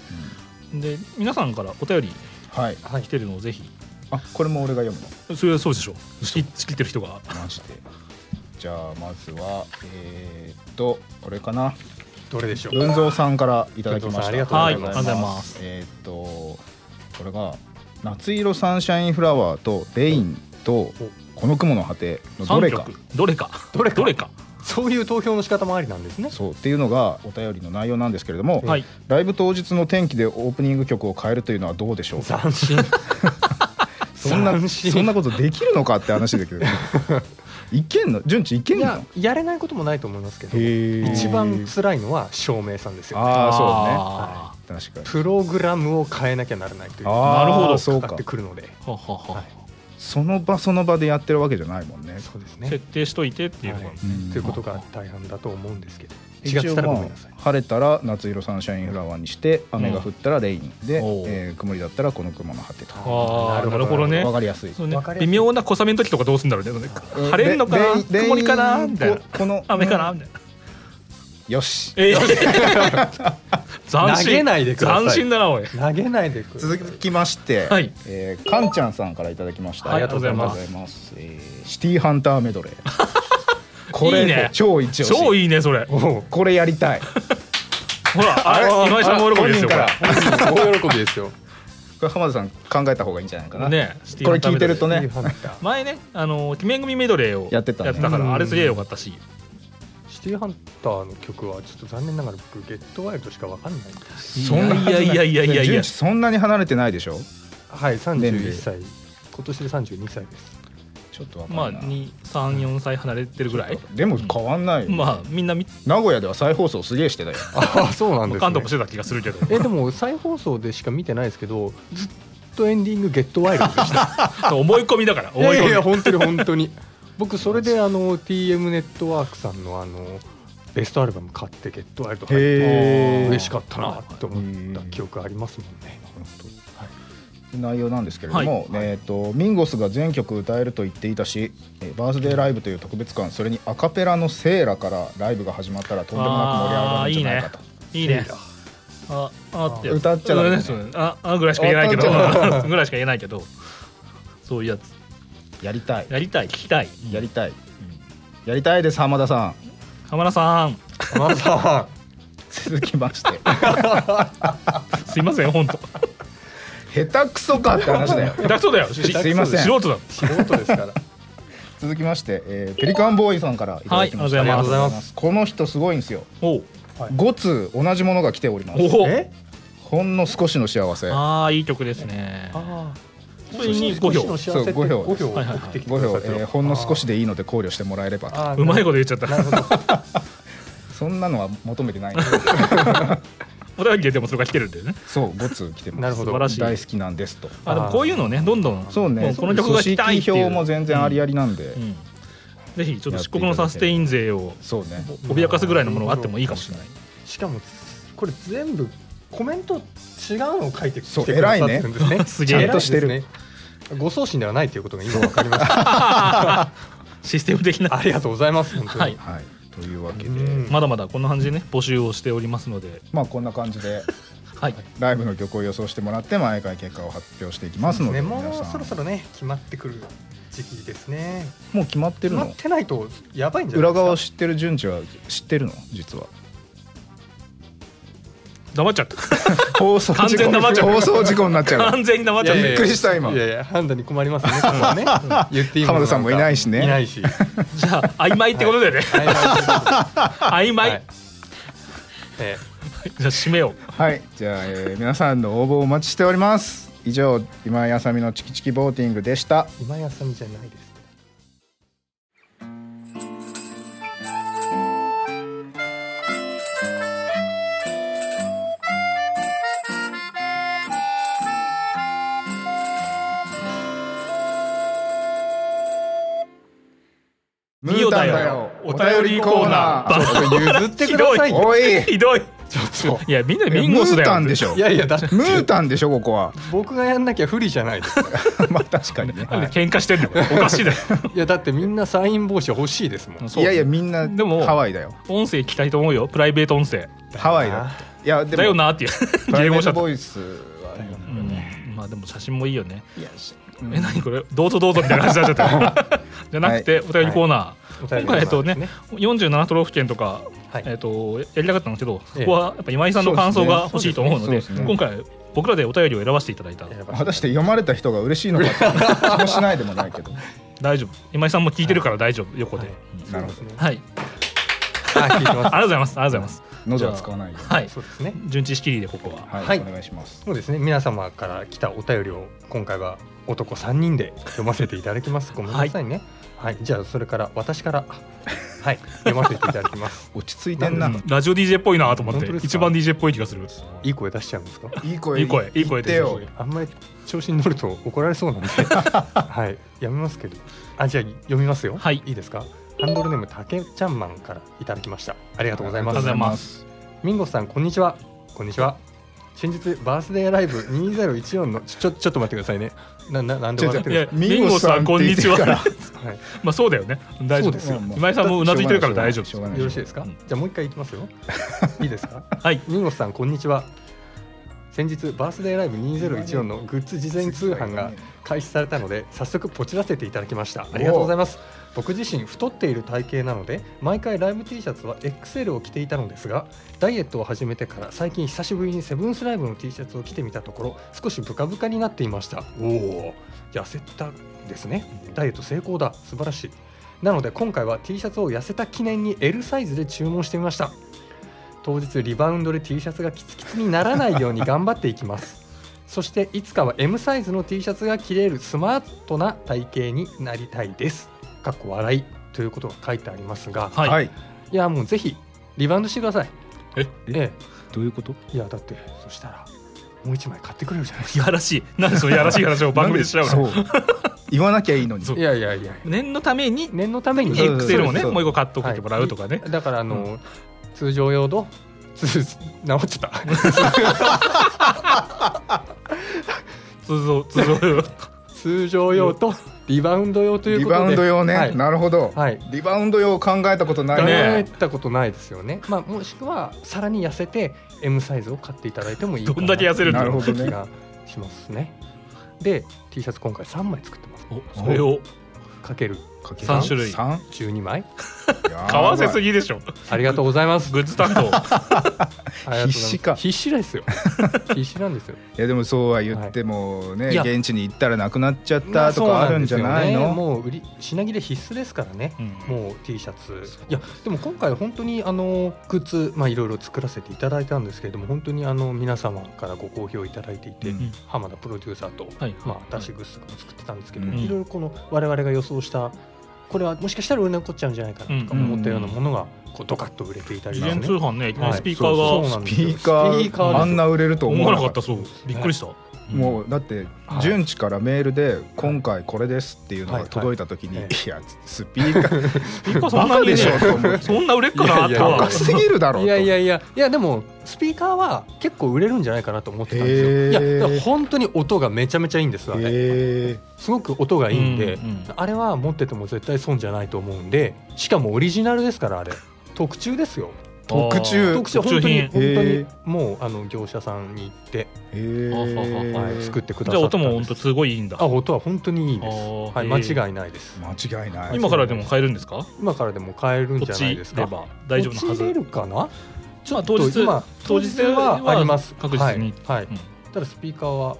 で皆さんからお便り
はい
はい
来てるのをぜひ
あこれも俺が読むの
それはそうでしょう仕切仕切ってる人が
マジでじゃあまずはえー、っとこれかな
どれでしょう
文蔵さんからいただきました。
文蔵さん
は
あ
い、あ
り
り
が
が
と
とうござ
うござい
い
ま
ます。
えーっとこれが夏色サンシャインフラワーとレインとこの雲の果てのど
三
れか
曲、どれか、
どれか
どれか、
そういう投票の仕方もありなんですね
そうっていうのがお便りの内容なんですけれども、
はい、
ライブ当日の天気でオープニング曲を変えるというのはどうでしょうか
斬新
そんな
斬新
そんなことできるのかって話だけ どいけんの順次いけん
い
の
ややれないこともないと思いますけど
へー
一番辛いのは照明さんですよ
ああそう
あ
だね確かに
プログラムを変えなきゃならないという
あ
ーなるほど
そう
かか
か
ってくるので
ーははは、
はい
その場その場でやってるわけじゃないもんね
そうです
設
ね
定しといてっていう、
はい
うん
ということが大半だと思うんですけど違
一
っ
応
てたらごめんなさい
まあ晴れたら夏色サンシャインフラワーにして雨が降ったらレインで、
おう
えー曇りだったらこの雲の果てと
あ
ああ、なるほどね
わ。かりやすい
そうね
わかりやす
微
い
妙な小雨の時とかどうすんだろうね。
えー
晴れんのかな、
レイレイン
曇りかなみたいな
こ、この
雨かなみたいな。
よし
えー斬新
投げないでください
斬新だなおい。
投げないでください
続きまして、
はい
えーかんちゃんさんからいただきました、
はいありがとうございます
ありがとうございますえーシティハンターメドレ ーこれ
いいね
超一押し
超いいねそれ。ほ
おう
これやりたい
らあれ今井さんも喜びですよこ
本
れ。
大喜びですよ
これ浜田さん考えた方がいいんじゃないかな、
ねシティ
こ
ハ
れ
ンター
聞い
メ
て
ドレ
ると
ー
いい
ね
判断
前ねあの鬼面組メドレーを
やってたね
か
うん
らあれすげえ良かったし。
シティハンターの曲はちょっと残念ながら僕ゲットワイルドしかわかんないんです
そんなはずない
いやいやいやいやいや
順次そんなに離れてないでしょ
はい
年齢
31歳今年で32歳です
ちょっとわかん
ま
な
あ
いな、
2 3 4歳離れてるぐらい。
でも変わんないよ、
まあみんな見
名古屋では再放送すげえしてたよ
ああそうなんです、ね、
感動してた気がするけど。
えでも再放送でしか見てないですけどずっとエンディングゲットワイルドでした
思い込み だから
い
思
や
い
いやい
込み。
や本当に本当に僕それであの TM ネットワークさんのあのベストアルバム買ってゲットワイルド入って
へー
嬉しかったなって思った記憶ありますもんね
内容なんですけれども、
はい
えー、とミンゴスが全曲歌えると言っていたし、えーバースデーライブという特別感それにアカペラのセーラからライブが始まったらとんでもなく盛り上がるんじゃないかと
いいね。ああってやつ
歌っちゃダメ
うんそうああぐらいしか言えないけど
歌っち
ぐらいしか言えないけどそういうやつ
やりたい
やりたい聞きたい
やりたい、やりたいです浜田さん
浜田さん
まさ
続きまして
すいません本当
下手くそかって話だよ
下手くそだよし
すいません
素人だ
素人ですから
続きまして、えーペリカンボーイさんからいただきました、
はいありがとうございます
この人すごいんですよ
おう
5通同じものが来ております
おほ
え
ほんの少しの幸せ
ああいい曲ですね
あ
これに5票
そう
そう5
5
票
票
です
送ってきて
5
く
票
だ、さい
えーほんの少しでいいので考慮してもらえればと
あー
うまいこと言っちゃった
なるほど
そんなのは求めてないんで
お便りでもそれが来てるんだよね
そう5通来てます
なるほど
素晴らしい
大好きなんですと
あでもこういうのねどんどん
そう
も
ね
この曲が聞きたいって
組織
い
票
う
も全然ありありなんで、
うんぜひちょっと漆黒のサステイン勢を
そうね
脅かすぐらいのものがあってもいいかもしれない
しかもこれ全部コメント違うのを書いてき
そう
てくださって
偉い
る
ね
ん ですね
すげえ
ちゃんとしてるねご送信ではないということが今分かりました
システム的な
ありがとうございます本当に、
はい
はいというわけで、
うん
まだまだこんな感じでね募集をしておりますので
まあこんな感じで
はい
ライブの曲を予想してもらって毎回結果を発表していきますので
ね、も
皆
う
さん
そろそろね決まってくる時期ですね
もう決まって
決
る
ま
の
ってないとやばいんじゃ
裏
ないですか
側を知ってる順次は知ってるの実は
黙っちゃった
放送
完
事
全
故
に黙っちゃう
放送事故になっちゃう
完全に黙っちゃっ
い
た
や
び
い
っ
や
くりした今
いやいや判断に困りますね ここはね言っていいのか
浜田さんもいないしね
いないし
じゃあ曖昧ってことだよね、
はいは
曖昧、
いえ
じゃあ締めよう
はい、じゃあ、えー皆さんの応募をお待ちしております。以上、今井あさみのチキチキボーティングでした。
ー今やさみじゃないです
ム
ータンだよお便りコーナー
ちょっと譲ってくださいよ
おい、
ひどい
ちょっと
いやみんな
え
ミン
ム
ゴスだ
ー
よ
タンでしょ
い。やいやだって
ムータンでしょここは。
僕がやんなきゃ不利じゃな いですか
まあ確かにね。
なんで喧嘩してんのおかしいだよ
いやだってみんなサイン帽子欲しいですもん
いやいやみんな
でも
ハワイだよ。
音声聞きたいと思うよプライベート音声
ハワイだって。いやで
だよ
も
なっていう
プライ
迎
ベ
合
ー
しち
ト
ゃった
ボイスはね
うんまあでも写真もいいよね
いやうん
え何これどうぞどうぞみたいな感じになっち ゃったじゃなくてお便りコーナー、今回えっとね47都道府県とか、
はい
えっとやりたかったんですけど
え
そ
え
こはやっぱ今井さんの感想が欲しいと思うので
そうですね
今回僕らでお便りを選ばせていただいた
果たして読まれた人が嬉しいのかって気もしないでもないけど
大丈夫今井さんも聞いてるから大丈夫横で
は
はい
い、
なるほど
あ聞い
あ
て
りが
ま
とうございますありがとうございます
喉は使わないよ
はい
すそうですね
順次仕切りでここは
はい、
はい
お願いします
そうですね皆様から来たお便りを今回は男3人で読ませていただきますごめんなさいねはい、じゃあそれから私からはい読ませていただき ます
落ち着いてんな
なん
ラジオ DJ っぽいなと思っ
本
て
当ですか
一番 DJ っぽい気がする
いい声出しちゃうんですか
いい声
いい声いい
言
声
って
です
よ
あんまり調子に乗ると怒られそうなん ではいやめますけどあじゃあ読みますよ
はい
いいですかハンドルネームたけちゃんマンからいただきましたありがとうござい
あ
ま
りがとうございます
す
す
ミンゴさんこんにちはこんにちは先日バースデーライブ2014のちょちょちょっと待ってくださいねなななんで笑って
い
るん
や
で
ミンゴさんこんにち
ミンゴさん
は
っ
すか、はい、
まあそうだよね大丈夫
そうですよ
もう
今井さんもうなずいてるから大丈夫
しょうがない
よろしいですか、
うん
じゃあもう一回いきますよいいですか
はい
ミンゴさんこんにちは先日バースデーライブ2014のグッズ事前通販が開始されたので早速ポチらせていただきましたありがとうございます僕自身太っている体型なので毎回ライブ T シャツは XL を着ていたのですがダイエットを始めてから最近久しぶりにセブンスライブの T シャツを着てみたところ少しブカブカになっていましたおお痩せたですねダイエット成功だ素晴らしいなので今回は T シャツを痩せた記念に L サイズで注文してみました当日リバウンドで T シャツがキツキツにならないように頑張っていきます そしていつかは M サイズの T シャツが着れるスマートな体型になりたいです。かっこ笑いということが書いてありますが、
はい、
はい
いやもうぜひリバウンドしてください。
え
え
どういうこと
えいやだってそしたらもう一枚買ってくれるじゃないです
いやらしい何そのいやらしい話を番組でしちゃうの
なんでそう 言わなきゃいいのに
そう
か。いやいやいや
念のために
念のために
そうそうそう
XL をね
そう
もう一個買っといてもらうとかね、
だからあの、通常用のつ 治っちゃった。
通常通常
通常用とリバウンド用という
リ
ことで。
バウンド用ね、
はい
なるほど、
はい。
リバウンド用考えたことない
考
ね
えたことないですよね、まあ、もしくはさらに痩せて M サイズを買っていただいてもいいかな
どんだけ痩せるんだ
なるほど
気
ね
がしますねで T シャツ今回3枚作ってます
おそれを
かける
三種類
三
12枚
買わせす
ぎ
ぎでしょ
ありがとうございます
グッズ担当
ありがとうございます
必死か
必死ですよ必死なんで すよ
いやでもそうは言ってもね、
いや
現地に行ったらなくなっちゃっ
ま
たとかあるんじゃない
そうですよね
の
もう売り品切れ必須ですからね
うん
もう T シャツいやでも今回本当にあのグッズまあいろいろ作らせていただいたんですけれども本当にあの皆様からご好評いただいていて、
うん
浜田プロデューサーと、
はい
まあ、私グッズとかも作ってたんですけど、
うん
いろいろこの我々が予想したこれはもしかしたら売れ残っちゃうんじゃないかなとか
うん
思ったようなものがこうドカッと売れていたり
事
と
前
かね
通販ねいきなり
はい
スピーカー
そう
が
そうなんで
ピ
すよ
ーカー
スピーカーです
あんな売れると思
思
わ
わ
な
な
か
か
っ
ったたそうびっくりした、ん
もうだって
はい
純地からメールで「今回これです」っていうのが届いた時に「
はい
い
はい
やスピーカー
スピーカーそんな
バカ
に
でしょと思っ
ね
て
そんな売れっかなと
いやいや
は
高すぎるだろ」と
いやいやいやいやでもスピーカーは結構売れるんじゃないかなと思ってたんですよ
へー
いやだから本当に音がめちゃめちゃいいんですあれ
へ
すごく音がいいんで、
うんうん
あれは持ってても絶対損じゃないないと思うんでしかもオリジナルですからあれ特注ですよ
特注
特注本当に
特
注
本当
品へ
にもうあの業者さんに行って、
えへ
あはは
は
へ
い、
ー
作ってくだ
じゃ
さ
あ
っ
音
たん
も
で
本
す
当すごいいいんだ
あ音は本当にいいで
あ
す、
ー
はい、
へー
間違いないです
間違いない
今からでも買えるんですか
今からでも買えるん
土
じゃない
地
です
れ
か
ば大丈夫なはず
落ちれるかな
まあ当日
今
当日は
あります
確実に
はい、はい
うん
ただスピーカーは、はい、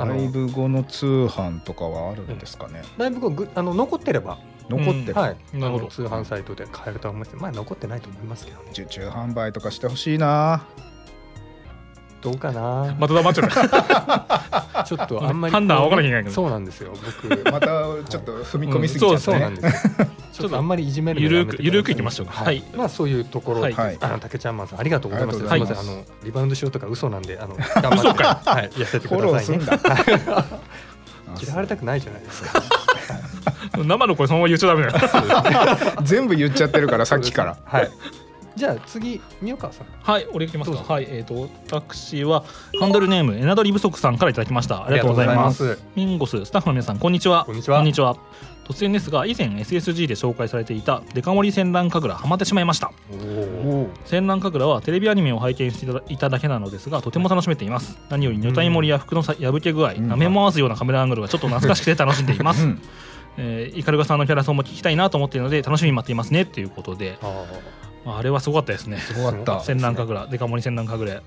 あ
ライ
の
ブ後の通販とかはあるんですかね
ライブ後ぐあの残ってれば、
残ってる
はい、
なるほど
あの通販サイトで買えるとは思いますまあ残ってないと思いますけどね
受注販売とかしてほしいな
どうかな、
また黙っちゃ う
ちょっとあんまり
判断分からへんやけど
そうなんですよ僕
またちょっと踏み込みすぎちゃっ
そ
た
うなん
ね
ですよ。ちょっとあんまりいじめるのやめて
ゆ
ださ
るくゆるくいきましょうか
はい。まあそういうところ
はい
です。あの竹ちゃんマンさんありがとうございます。すみ
あり
ま
が
せ
とう
んあ
ござい
のリバウンドしようとか嘘なんで あの頑張ってはい痩せて
フ
く
ォロ
だ
ー
さい
すん
ね。
だ
嫌われたくないじゃないですか。
な生の声そのまま言っちゃダメだよ
全部言っちゃってるから さっきから
はい。じゃあ次三岡さん。
はい俺行きます
どう
かはいえっ、と私はハンドルネームエナドリ不足さんからいただきましたありがとうございます
す。
ミンゴススタッフの皆さんこんにちは
こんにちは
こんにちは突然ですが以前 SSG で紹介されていたデカ盛り戦乱神楽ハマってしまいました戦乱神楽はテレビアニメを拝見していただいただけなのですがとても楽しめています何より女体盛りや服のさ破け具合、
うん
舐め回すようなカメラアングルがちょっと懐かしくて楽しんでいます、
うん
えー、イカルガさんのキャラソンも聞きたいなと思っているので楽しみに待っていますねっていうことで、
あ
まあ、あれはすごかったですね
すごかった
戦乱神楽デカ盛り戦乱神楽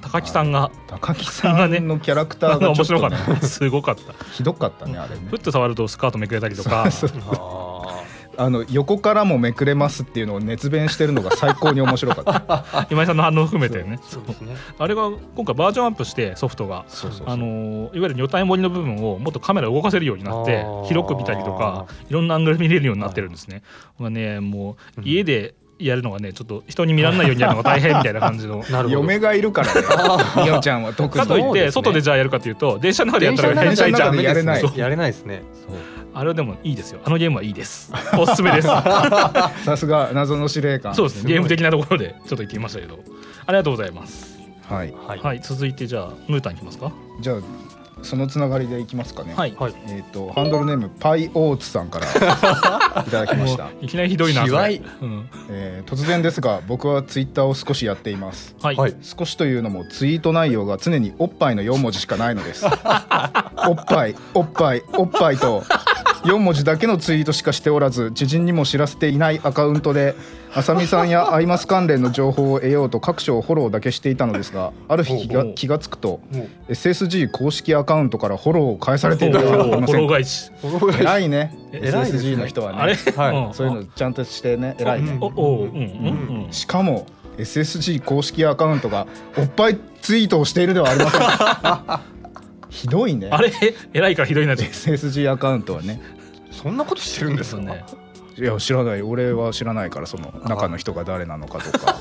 高木さんが
高木さんのキャラクターが
面
ちょ
白
っ
か
と
っ
ね
たすごかった
ひどかったねあれね
ふっと触るとスカートめくれたりとか
あ
あの横からもめくれますっていうのを熱弁してるのが最高に面白 かった
今井さんの反応を含めてね
そうですね
あれが今回バージョンアップしてソフトが
そうそうそう
あのーいわゆる女体盛りの部分をもっとカメラ動かせるようになって
あー
広く見たりとかいろんなアングル見れるようになってるんですね。まあねもう家でやるのがねちょっと人に見られないようにやるのが大変みたいな 感じの
なるほど
嫁がいるからねみおちゃんは特
か
に
といっ
そうです
て
ね
外でじゃあやるかというと電車の中でやっ
電
た
車の
ら
中
変
電
態
で
じ
車
ゃ
の
ん
中でやれない
やれないですね
あれはでもいいですよあのゲームはいいですおすす めです
さすが謎の司令官
そうですね
ごい
ゲーム的なところでちょっと言ってみましたけどありがとうございます
はい
はい
はい続いてじゃあムータンいきますか
じゃあそのつながりでいきますかね
はい
はい
えっ、とハンドルネームパイオーツさんから いただきました
いきなりひどいなそれ
卑猥
うん
えー突然ですが僕はツイッターを少しやっています
はい
はい
少しというのもツイート内容が常におっぱいの4文字しかないのです おっぱいおっぱいおっぱいと4文字だけのツイートしかしておらず知人にも知らせていないアカウントであさみさんやアイマス関連の情報を得ようと各所をフォローだけしていたのですがある日気が
ほうほう
気がつくと
もう
SSG 公式アカウントからフォローを返されていた
お
ではあり
ー
ま
フォ
せ
ロー
んか
返し
偉いね
偉いですね
SSG の人はね
あれ、
はい
ん
そういうのちゃんとしてね偉いね
おおううんうんうん
しかも SSG 公式アカウントがおっぱいツイートをしているではありませんかひどいね
あれえらいからひどいなっちゃ
SSG アカウントはね
そんなことしてるんですか
ね。
いや知らない俺は知らないからその中の人が誰なのかとか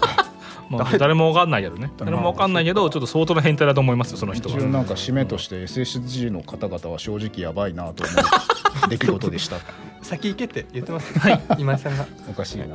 まあ誰もわかんないけどね。誰もわかんないけどちょっと相当な変態だと思いますよその人
一
は。
応なんか締めとして SSG の方々は正直やばいなと思う出来事でした
先行けって言ってますはい今井さんが
おかしいな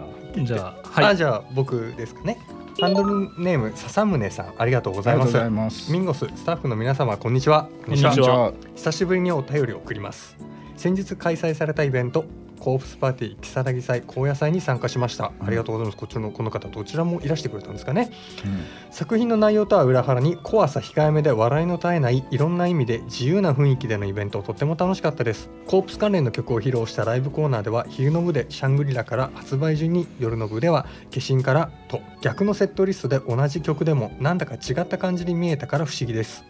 じゃあは
あ
い。
じゃあ僕ですかねハンドルネーム笹宗さんありがとうご
あ
ざ
り
い
がと
ま
うご
す
ざいます
ミンゴススタッフの皆様こんにちはこん
にちは
じゃあ
久しぶりにお便りを送ります先日開催されたイベントコープスパーティー木更木祭高野祭に参加しましたありがとうございますこっちらのこの方どちらもいらしてくれたんですかね作品の内容とは裏腹に怖さ控えめで笑いの絶えないいろんな意味で自由な雰囲気でのイベントとっても楽しかったですコープス関連の曲を披露したライブコーナーでは昼の部で「シャングリラ」から発売順に夜の部では「化身から」と逆のセットリストで同じ曲でもなんだか違った感じに見えたから不思議です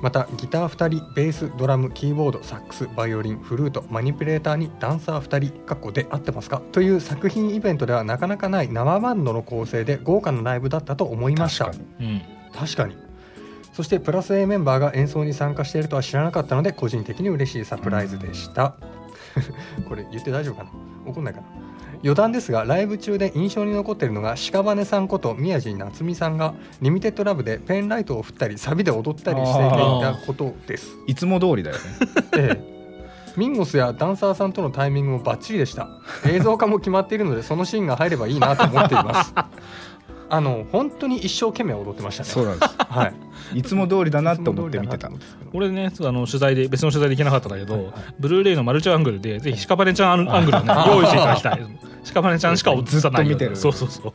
またギター2人ベースドラムキーボードサックスバイオリンフルートマニピュレーターにダンサー2人かっこで合ってますかという作品イベントではなかなかない生バンドの構成で豪華なライブだったと思いました
確かに
うん。
確かにそしてプラス A メンバーが演奏に参加しているとは知らなかったので個人的に嬉しいサプライズでした、 これ言って大丈夫かな怒んないかな余談ですがライブ中で印象に残っているのが屍さんこと宮地夏美さんがリミテッドラブでペンライトを振ったりサビで踊ったりしていたことです
いつも通りだよね
ええミンゴスやダンサーさんとのタイミングもバッチリでした映像化も決まっているのでそのシーンが入ればいいなと思っていますあの本当に一生懸命踊ってましたね
そうなんで
はい
すいつも通りだなと思って見てた
俺ねそうあの取材で別の取材で行けなかったんだけど、
はいはい
ブルーレイのマルチアングルでぜひシカバネちゃんアンアングルをね用意していただきたい。シカバネちゃんしか映さないように
ずっと見てる
そうそうそう。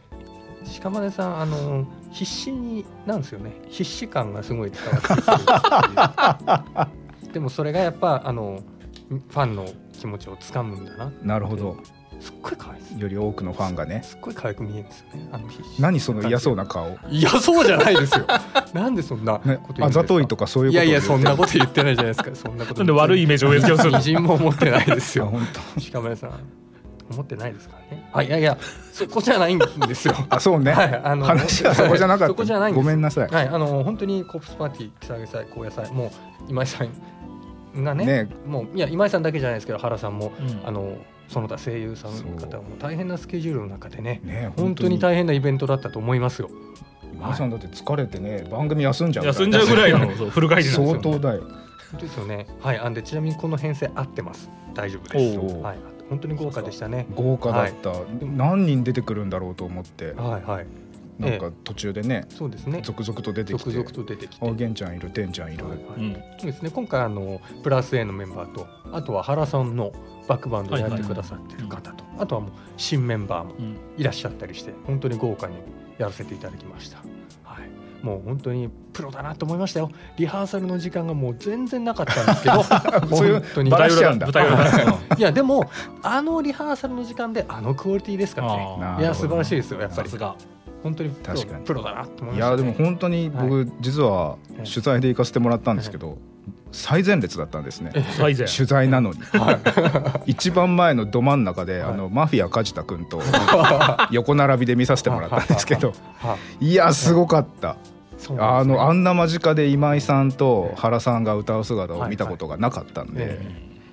鹿まさんあの必死になんですよね必死感がすごい伝わってくるっていうでもそれがやっぱあのファンの気持ちをつかむんだな
なるほど
すっごい可愛いです
より多くのファンがね
すっごい可愛く見えるんですよねあの必死
何その嫌そうな顔
嫌そうじゃな いですよなんでそんなこと言
ね
うんです、か
あざといとかそういう
い
こと
や
を
い
言
や
うて
そんなこと言ってないじゃないですかそんなこと
なんで悪いイメージを植え付けをするの
みじんも思ってないです
あ
よ
本当
鹿まさん思ってないですからねあいやいやそこじゃないんですよ
あそうね、
はいあの
話はそこじゃなかった
そこじゃないんです
ごめんなさい、
はい、あの本当にコープスパーティー、草木祭、高野祭、もう今井さんがね、
ね
もういや今井さんだけじゃないですけど原さんも、
うん
あのその他声優さんの方も大変なスケジュールの中でね、
ね
本当に
大
大変なイベントだったと思いますよ。
今井さんだって疲れてね番組休んじゃうから
休んじゃうぐらいのそうフル回転なんです
相当
よ。
だよ
本当ですよね。はい、あんでちなみにこの編成合ってます。大丈夫
お
です。
う
はい、本当に豪華でしたね。
豪華だった、何人出てくるんだろうと思って
はいはい、
なんか途中でね
そうですね。
続々と出てき
続
て
々と出てき
あ
て。
源ちゃんいる天ちゃんいる、
はいはい
うん。
そうですね今回あのプラス A のメンバーとあとは原さんのバックバンドをやってくださってる方と、あとはもう新メンバーも
うん
いらっしゃったりして本当に豪華にやらせていただきました、はい、もう本当にプロだなと思いましたよリハーサルの時間がもう全然なかったんですけど
そういう
本当に
バラしちゃうんだ
舞台裏だうん
いやでもあのリハーサルの時間であのクオリティですからね
あ
ー
いや素晴らしいですよやっぱ
さ
り
すが
本当にプロ
確かに
プロだなと思い
い
ました、
や
ね、
でも本当に僕、実は取材で行かせてもらったんですけど、最前列だったんですね、
最善
取材なのに、一番前のど真ん中で、あのマフィア梶田君と横並びで見させてもらったんですけど
はい
やすごかった、
そうな
あ
んですね
のあんな間近で今井さんと原さんが歌う姿を見たことがなかったんで、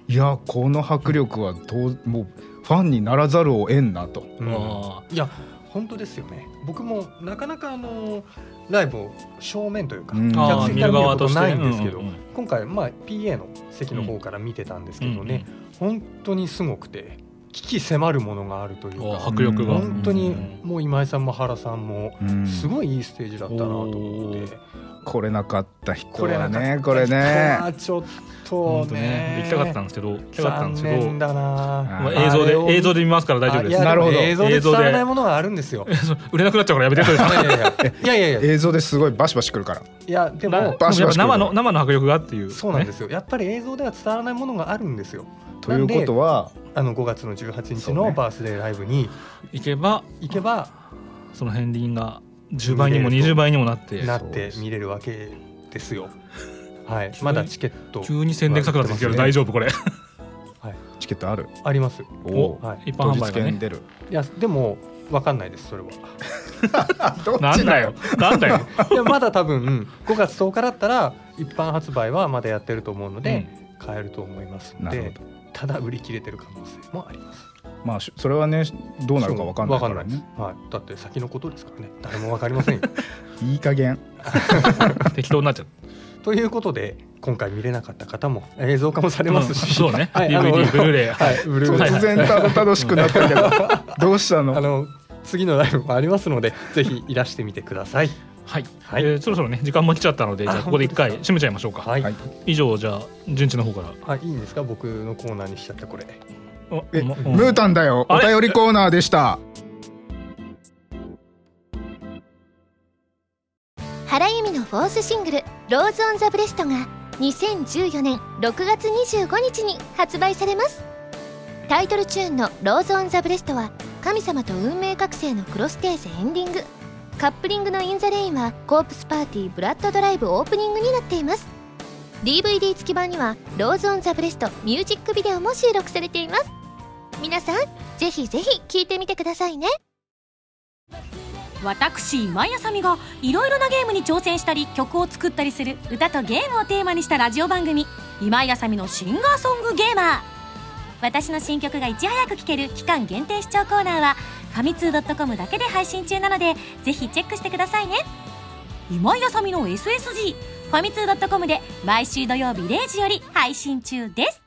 い
え
やこの迫力はどうもうファンにならざるを得んなと。
えうん
あ
いや本当ですよね僕もなかなかあのライブを正面というか、
うん
あー
客席から見ることないんですけど、
見る側としてうん
今回、まあ、PA の席の方から見てたんですけどね、本当にすごくて危機迫るものがあるという
あ
か
ー迫力が
本当に
うん
もう今井さんも原さんも
うん
すごいいいステージだったなと思って、
おー
来れなかった人
これな
は
んか
ねこれね
あーちょっ
本
と
当ね
ね
行きたかったんですけど行きたかったんですけ
残
ど
念だな
まあ
あ
映像
あれを
で映像で見ますから大丈夫で
あいや
す
なるほど
でも映像で
映
伝
像で
わらないものがあるんですよ
売れなくなっちゃうからやめてくれ
いやいやいやいやいやいや
映像ですごいバシバシくるから
いやで
な
も
でもやっ
バ
ぱ生
シバシ来る
の生の迫力がっていう
そうなんですすよ、やっぱり映像では伝わらないものがあるんですよ
ということは
あの5月の18日
そう
の
ね
バースデーライブに
行けば
行けば
その片鱗が10倍にも20倍にもなって
なっ
そう
て
です
見れるわけですよはい
急に
まだチケット
急に宣伝臭くなってますけど
まあ
大丈夫これ
チケットある
あります
お
はい
一
当
般販
日
売が
券
ね
出る
いやでもわかんないですそ れは
どっ
な
ち
ん
だ
だ
よ
よなんだよ
いやまだ多分5月10日だったら一般発売はまだやってると思うので、買えると思いますの
なる
でただ売り切れてる可能性もあります
まあしそれはねどうなるかわかんない
そう
から
わかんない
ね
です、はい、だって先のことですからね誰もわかり ませんよ
いい加減
適当になっちゃう
ということで今回見れなかった方も映像化もされますし、
うんそうね
はいあの
DVD ブルーレイ
はい、ブルーレイ
突然た楽しくなったけどどうした
あ
の
の次のライブもありますのでぜひいらしてみてください。
はい、
はい
えーそろそろね時間も来ちゃったのでじゃあ
あ
ここで一回締めちゃいましょうか、
はい。
はい
以上じゃあ順次の方から
あいいんですか僕のコーナーにしちゃってこれ。
お
え
お
ム
お
ータンだよお
あれ
便りコーナーでした
原由美のフォースシングル「ローズ・オン・ザ・ブレスト」が2014年6月25日に発売されますタイトルチューンの「ローズ・オン・ザ・ブレスト」は「神様と運命覚醒」のクロステーゼエンディングカップリングの「イン・ザ・レイン」は「コープス・パーティー・ブラッド・ドライブ」オープニングになっています DVD 付き版には「ローズ・オン・ザ・ブレスト」ミュージックビデオも収録されています皆さんぜひぜひ聴いてみてくださいね
私今井あさみがいろいろなゲームに挑戦したり曲を作ったりする歌とゲームをテーマにしたラジオ番組「今井あさみのシンガーソングゲーマー」私の新曲がいち早く聴ける期間限定視聴コーナーはファミツー .com だけで配信中なのでぜひチェックしてくださいね今井あさみの SSG ファミツー .com で毎週土曜日0時より配信中です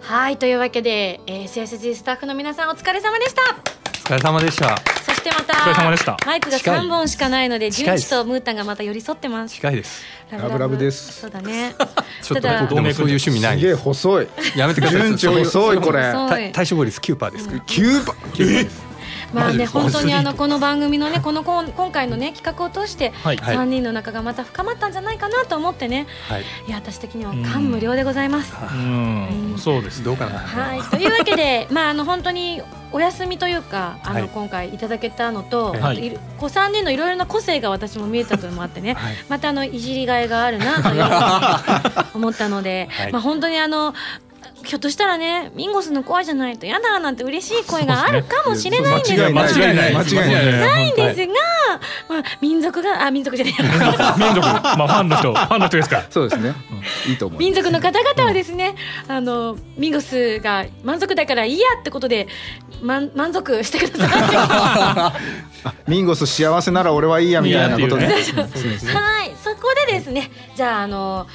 はいというわけで SSG スタッフの皆さんお疲れ様でした
お疲れ様でした。
そしてまた
疲れ様でした
マイクが
近い
3本しかないので
近
純
いです
次とムータンがまた寄り添ってます
近いです。
ラブラブです
そうだね
ちょっと
ただ
僕でもそういう趣味な
す
い
げえ
です。
細い
やめてください。
順調遅いこれ
遅い
た対処率9パーです。
9番え
まあ
マジ
ね
で
本当にあ
アスリー
の
ト
この番組のねこのこん今回のね企画を通して
はい、
はい
3人の仲がまた深まったんじゃないかなと思ってね
はい。
いや私的には感無量でございます
うんそうです
どうかな。
はいというわけで まああの本当にお休みというかあの、
はい
今回いただけたのと、
はい
あといる、こう3人のいろいろな個性が私も見えたというのもあってね
はい。
またあのいじりがいがあるなというふうに 思ったので、
はい
まあ本当にあのひょっとしたらねミンゴスの声じゃないと嫌だなんて嬉しい声があるかもしれないんです
間
が
違いない間違いない間違いない
ないんですが、まあ、民族があ民族じゃない
民族まあファンの人ファンの人ですから
そうですねいいと思い
民族の方々はですね、あのミンゴスが満足だからいいやってことで、満満足してください。
ますミンゴス幸せなら俺はいいやみたいなこと
いいや
で
っていうね
そうですね。
はい、そこでですね、じゃああの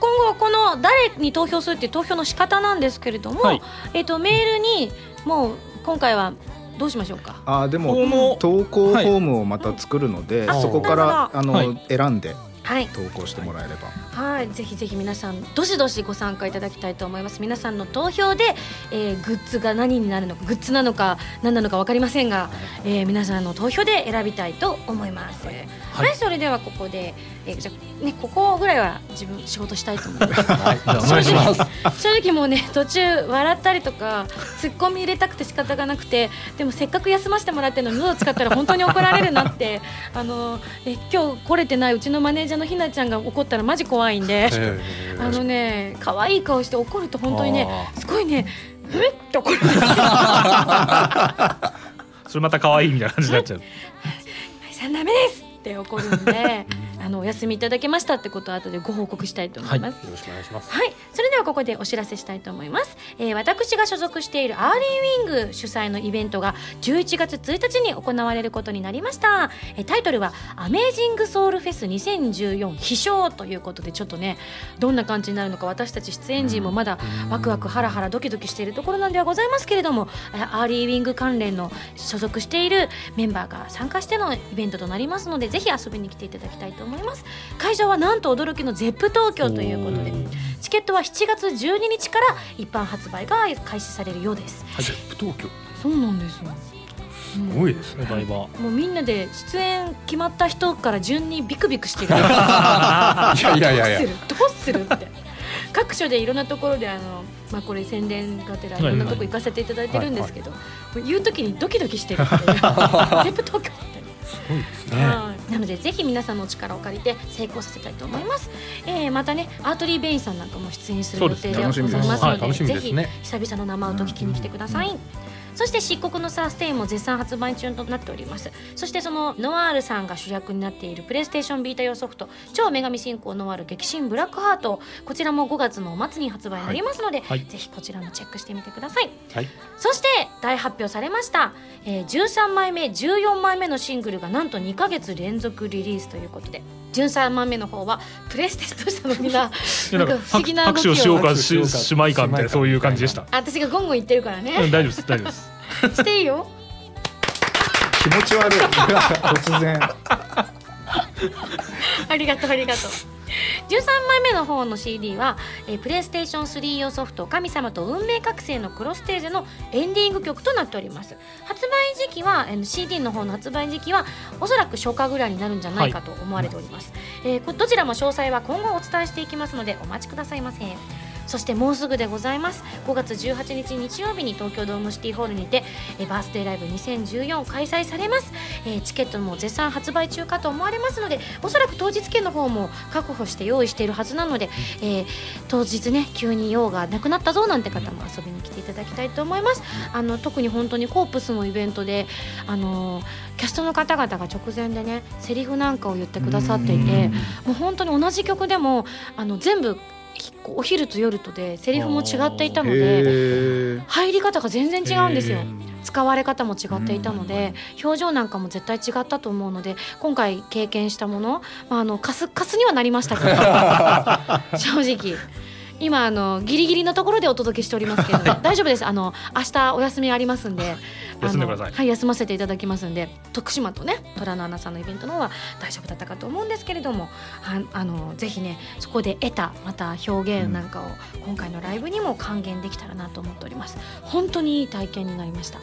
今後この誰に投票するっていう投票の仕方なんですけれども、
はい
えっとメールにもう今回はどうしましょうか。
あーで
この
も投稿フォームをまた作るので、
はい
そこから
あ
あの、
は
選んで
はい、
投稿してもらえれば、
はい、ぜひぜひ皆さんどしどしご参加いただきたいと思います。皆さんの投票で、えーグッズが何になるのか、グッズなのか何なのかわかりませんが、えー皆さんの投票で選びたいと思います。はい、それではここで、えーじゃあねここぐらいは自分仕事したいと思います。
はい、じゃあお
正
願いします。
直正直もうね途中笑ったりとかツッコミ入れたくて仕方がなくてでもせっかく休ませてもらってるのに喉使ったら本当に怒られるなって あのえ今日来れてないうちのマネージャーのひなちゃんが怒ったらマジ怖いんで
えー
あのね可愛い顔して怒ると本当にね
あ
すごいねふっと怒るん ですよ
それまた可愛いみたいな感じになっちゃう
はいさんダメですって怒るんであのお休みいただけましたってことは後でご報告したいと思います。
よろしくお願いします。
はい、それではここでお知らせしたいと思います、えー私が所属しているアーリーウィング主催のイベントが11月1日に行われることになりました、えータイトルは「アメージングソウルフェス2014飛翔」ということでちょっとねどんな感じになるのか私たち出演陣もまだワクワクハラハラドキドキしているところなんではございますけれどもえーアーリーウィング関連の所属しているメンバーが参加してのイベントとなりますのでぜひ遊びに来ていただきたいと思います会場はなんと驚きのゼップ東京ということでチケットは7月12日から一般発売が開始されるようです
ゼップ東京
そうなんですよ
すごいです
お
ね。
台場
もうみんなで出演決まった人から順にビクビクして る
いやいやい
どうする
やいや。
どうするって各所でいろんなところであの、まあ、これ宣伝がてらいろんなとこ行かせていただいてるんですけど、もう言う時にドキドキしてる っていう全部東京みたいな。
すごいですね。
はいなのでぜひ皆さんのお力を借りて成功させたいと思います、えーまたねアートリー・ベインさんなんかも出演する予定ではございますので
そうですね楽しみですはい
ぜひ久々の生音聞きに来てください、そして漆黒のサーステインも絶賛発売中となっておりますそしてそのノワールさんが主役になっているプレイステーションビータ用ソフト「超女神信仰ノワール激震ブラックハート」こちらも5月の末に発売になりますので、
はい
ぜひこちらもチェックしてみてください
はい。
そして大発表されました、えー13枚目14枚目のシングルがなんと2ヶ月連続リリースということで13枚目の方はプレステストしたのみんななんか不思議な動
拍
き
手をしよう
を
かししまいかみたいなそういう感じでした、
私がゴンゴン言ってるから
うん、
ね
大丈夫です大丈夫です
していいよ
気持ち 悪い突然
ありがとうありがとう。13枚目の方の CD は、えープレイステーション3用ソフト「神様と運命覚醒」のクロステージのエンディング曲となっております発売時期は、えー CD の方の発売時期はおそらく初夏ぐらいになるんじゃないかと思われております、えーこどちらも詳細は今後お伝えしていきますのでお待ちくださいませそしてもうすぐでございます5月18日日曜日に東京ドームシティホールにて、えーバースデーライブ2014開催されます、えーチケットも絶賛発売中かと思われますのでおそらく当日券の方も確保して用意しているはずなので、えー当日ね急に用がなくなったぞなんて方も遊びに来ていただきたいと思いますあの特に本当にコープスのイベントであのーキャストの方々が直前でねセリフなんかを言ってくださっていてもう本当に同じ曲でもあの全部ひお昼と夜とでセリフも違っていたので。
へえ
入り方が全然違うんですよ、
へ
使われ方も違っていたので、表情なんかも絶対違ったと思うので今回経験したもの,、まあ、あのカスカスにはなりましたけ ど正直今あのギリギリのところでお届けしておりますけど 大丈夫ですあの明日お休みありますんであの
休んでください
はい休ませていただきますんで徳島とね虎の穴さんのイベントの方は大丈夫だったかと思うんですけれどもああのぜひねそこで得たまた表現なんかを今回のライブにも還元できたらなと思っております本当にいい体験になりました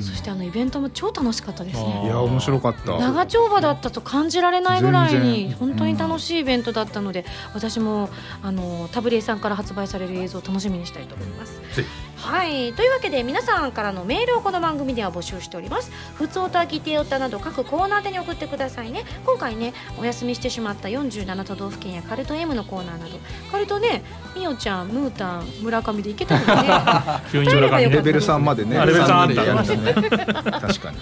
そしてあのイベントも超楽しかったです
あー
い
ね
や面白かった
長丁場だったと感じられないぐらい
全
に
然
本当に楽しいイベントだったので、私もあのタブレイさんから発売される映像を楽しみにしたいと思います
ぜひ。
はいというわけで皆さんからのメールをこの番組では募集しております普通歌ギテオタなど各コーナーでに送ってくださいね今回ねお休みしてしまった47都道府県やカルト M のコーナーなどカルトねみおちゃんムータン村上でいけたので、 ね、
急に裏側に
レベル3までね
あレベル3
までやるんだね 確かに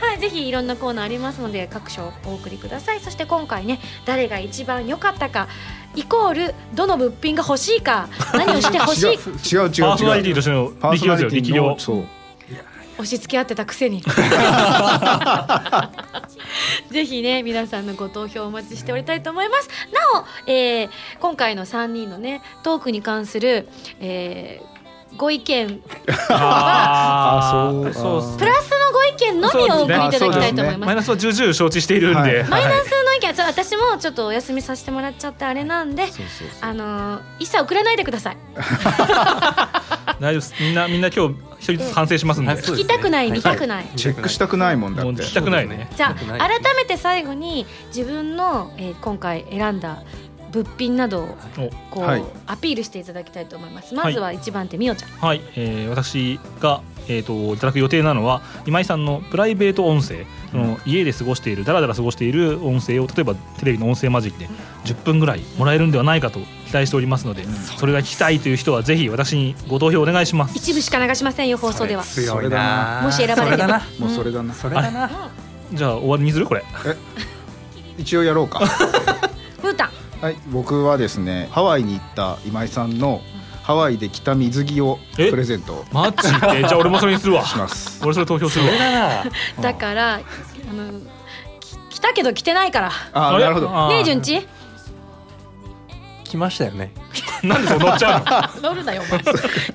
はい、ぜひいろんなコーナーありますので各所お送りくださいそして今回ね誰が一番良かったかイコールどの物品が欲しい か何をして欲しい
違う違う違う違う
パーソナリティとしての
パーソナリティ
力量
のそう
押し付け合ってたく せにぜひね皆さんのご投票お待ちしておりたいと思いますなお、えー今回の3人のねトークに関する、えーご意見
あ
あー
そう
そう
プラスのご意見のみをお送りいただきたいと思います
マイナスは重々承知しているんで、
はい
マイナ
はい
スの意見ちょ私もちょっとお休みさせてもらっちゃってあれなんで、
そうそうそう
あのー一切送らないでください
大丈夫ですみんなみんな今日一人ずつ反省しますんで、
はいそう
聞
です
きたくない、
はい
見たくない、
チェックしたくないもんだ
もう
っ
聞
て
きたくないね
じゃあ
良くない
改めて最後に自分の、えー今回選んだ物品などをこう、
はい
アピールしていただきたいと思いますまずは一番手みおちゃん、
おはい、えー私が、えー、といただく予定なのは今井さんのプライベート音声、その家で過ごしているだらだら過ごしている音声を例えばテレビの音声マジックで10分ぐらいもらえるんではないかと期待しておりますので、それが聞きたいという人はぜひ私にご投票お願いします
一部しか流しませんよ放送では
それ強
それ
い
だ
な
な
もし選ばれれば
そだな
もうそれだな
それだな
じゃあ終わりにするこれ
一応やろ うか
ふーたん
はい、僕はですねハワイに行った今井さんのハワイで着た水着を
え
プレゼント
マジでじゃあ俺もそれにするわ
します
俺それ投票するわ
それだな
だからあのき着たけど着てないから
あ
あれ
なるほど
あー
ねえ順ち
来ましたよね
なんでそう乗っちゃうの
乗るなよお前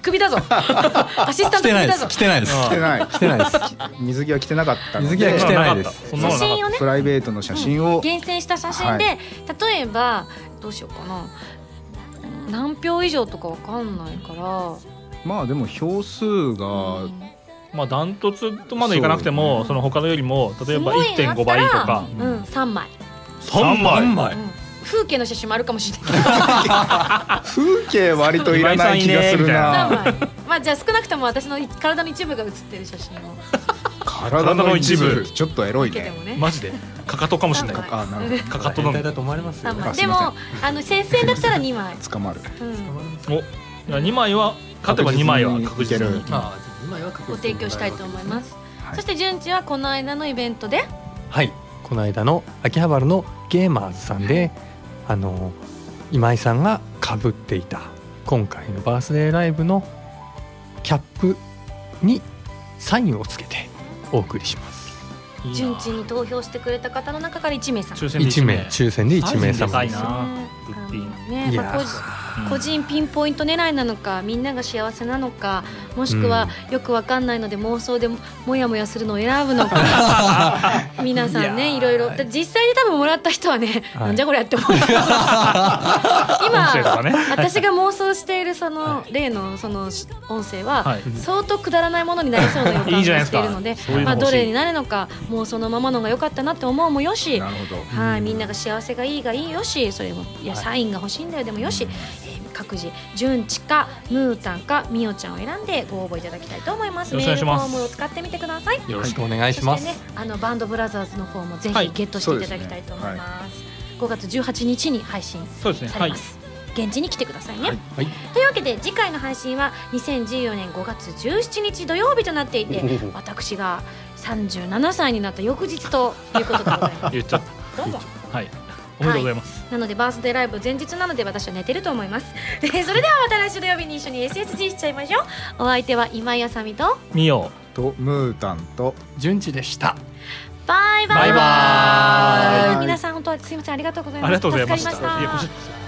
首だぞアシスタ
来
ント
て
首
ないで
だ
す
ぞ
来てない です
着てない
来てないです
水着は着てなかったので
水着は着てない
そん
写
なのなかっ
真をね
プライベートの写真を、
厳選した写真で、
は
例えばどうしようかな何票以上とかわかんないから
まあでも票数が
たまあダントツとまでいかなくてもそ,、の他のよりも例えば1.5倍とか
うん、3枚、
3枚
三
う
枚
ん風景の写真もあるかもしれないけど
風景割といらない気がする
3
な
枚まあじゃあ少なくとも私の体の一部が写ってる写真を
体の一部ちょっとエロい
受けて
ね
もね
マジでかかとかもしれない
三枚
あなる
かかとな
変態
の
だと思われますよ
3枚
あす
で
い
も
ません
あの先生だったら2枚
ほ、ど捕まる
うん、
おいや2枚は勝てば2枚は確実に
いける
まあ今は確実
ご
に
提供したいと思います、
はい
そして順次はこの間のイベントで
はいこの間の秋葉原のゲーマーズさんであの今井さんがかぶっていた今回のバースデーライブのキャップにサインをつけてお送りします
いいな
順次に投票してくれた方の中から1名さん
抽選で
1
1
名
名
抽選で1名様
サイ
で
ンですかいな
うん
グッピー
あのね
いや
まあ個人
うん
個人ピンポイント狙いなのかみんなが幸せなのかもしくはよくわかんないので妄想でももやもやするのを選ぶのか 皆さんねいろいろだ実際に多分もらった人はね、
はい
なんじゃこりゃ って思う今
音声とかね
私が妄想しているその例のその音声は、
はい
相当くだらないものになりそうな予感
い
が
いじゃない
し
です
て
か
いるので
そういうの欲しい
まあ、どれになるのか妄想のままのが良かったなって思うもよし
なるほど
はい、みんなが幸せがいいがいいよしそれもいや
はい
サインが欲しいんだよでもよし、えー各自順知かムータンかミオちゃんを選んでご応募いただきたいと思います
よろしくお
メ
願
ールフォ
いします
ームを使ってみてください
よろしくお願いしま
そし
す
てねあのバンドブラザーズの方もぜ
は
ひ
い
ゲットしていただきたいと思います,、5月18日に配信
そうですね
さ
は
れ
い
ます、現地に来てくださいね、
はい
というわけで次回の配信は2014年5月17日土曜日となってい て私が37歳になった翌日ということでございます
言っちゃっ
どうも
たはいおめでとうございます、
なのでバースデーライブ前日なので私は寝てると思います。 でそれではまた来週土曜日に一緒に SSG しちゃいましょう。お相手は今井あさみと
みよ
とムータンと
順次でした
バイバイ。
バイバ
イ
皆さん本当はすみませんありがとうございうま
あ
す。
りがとうございま
助か
した
りました
やこっち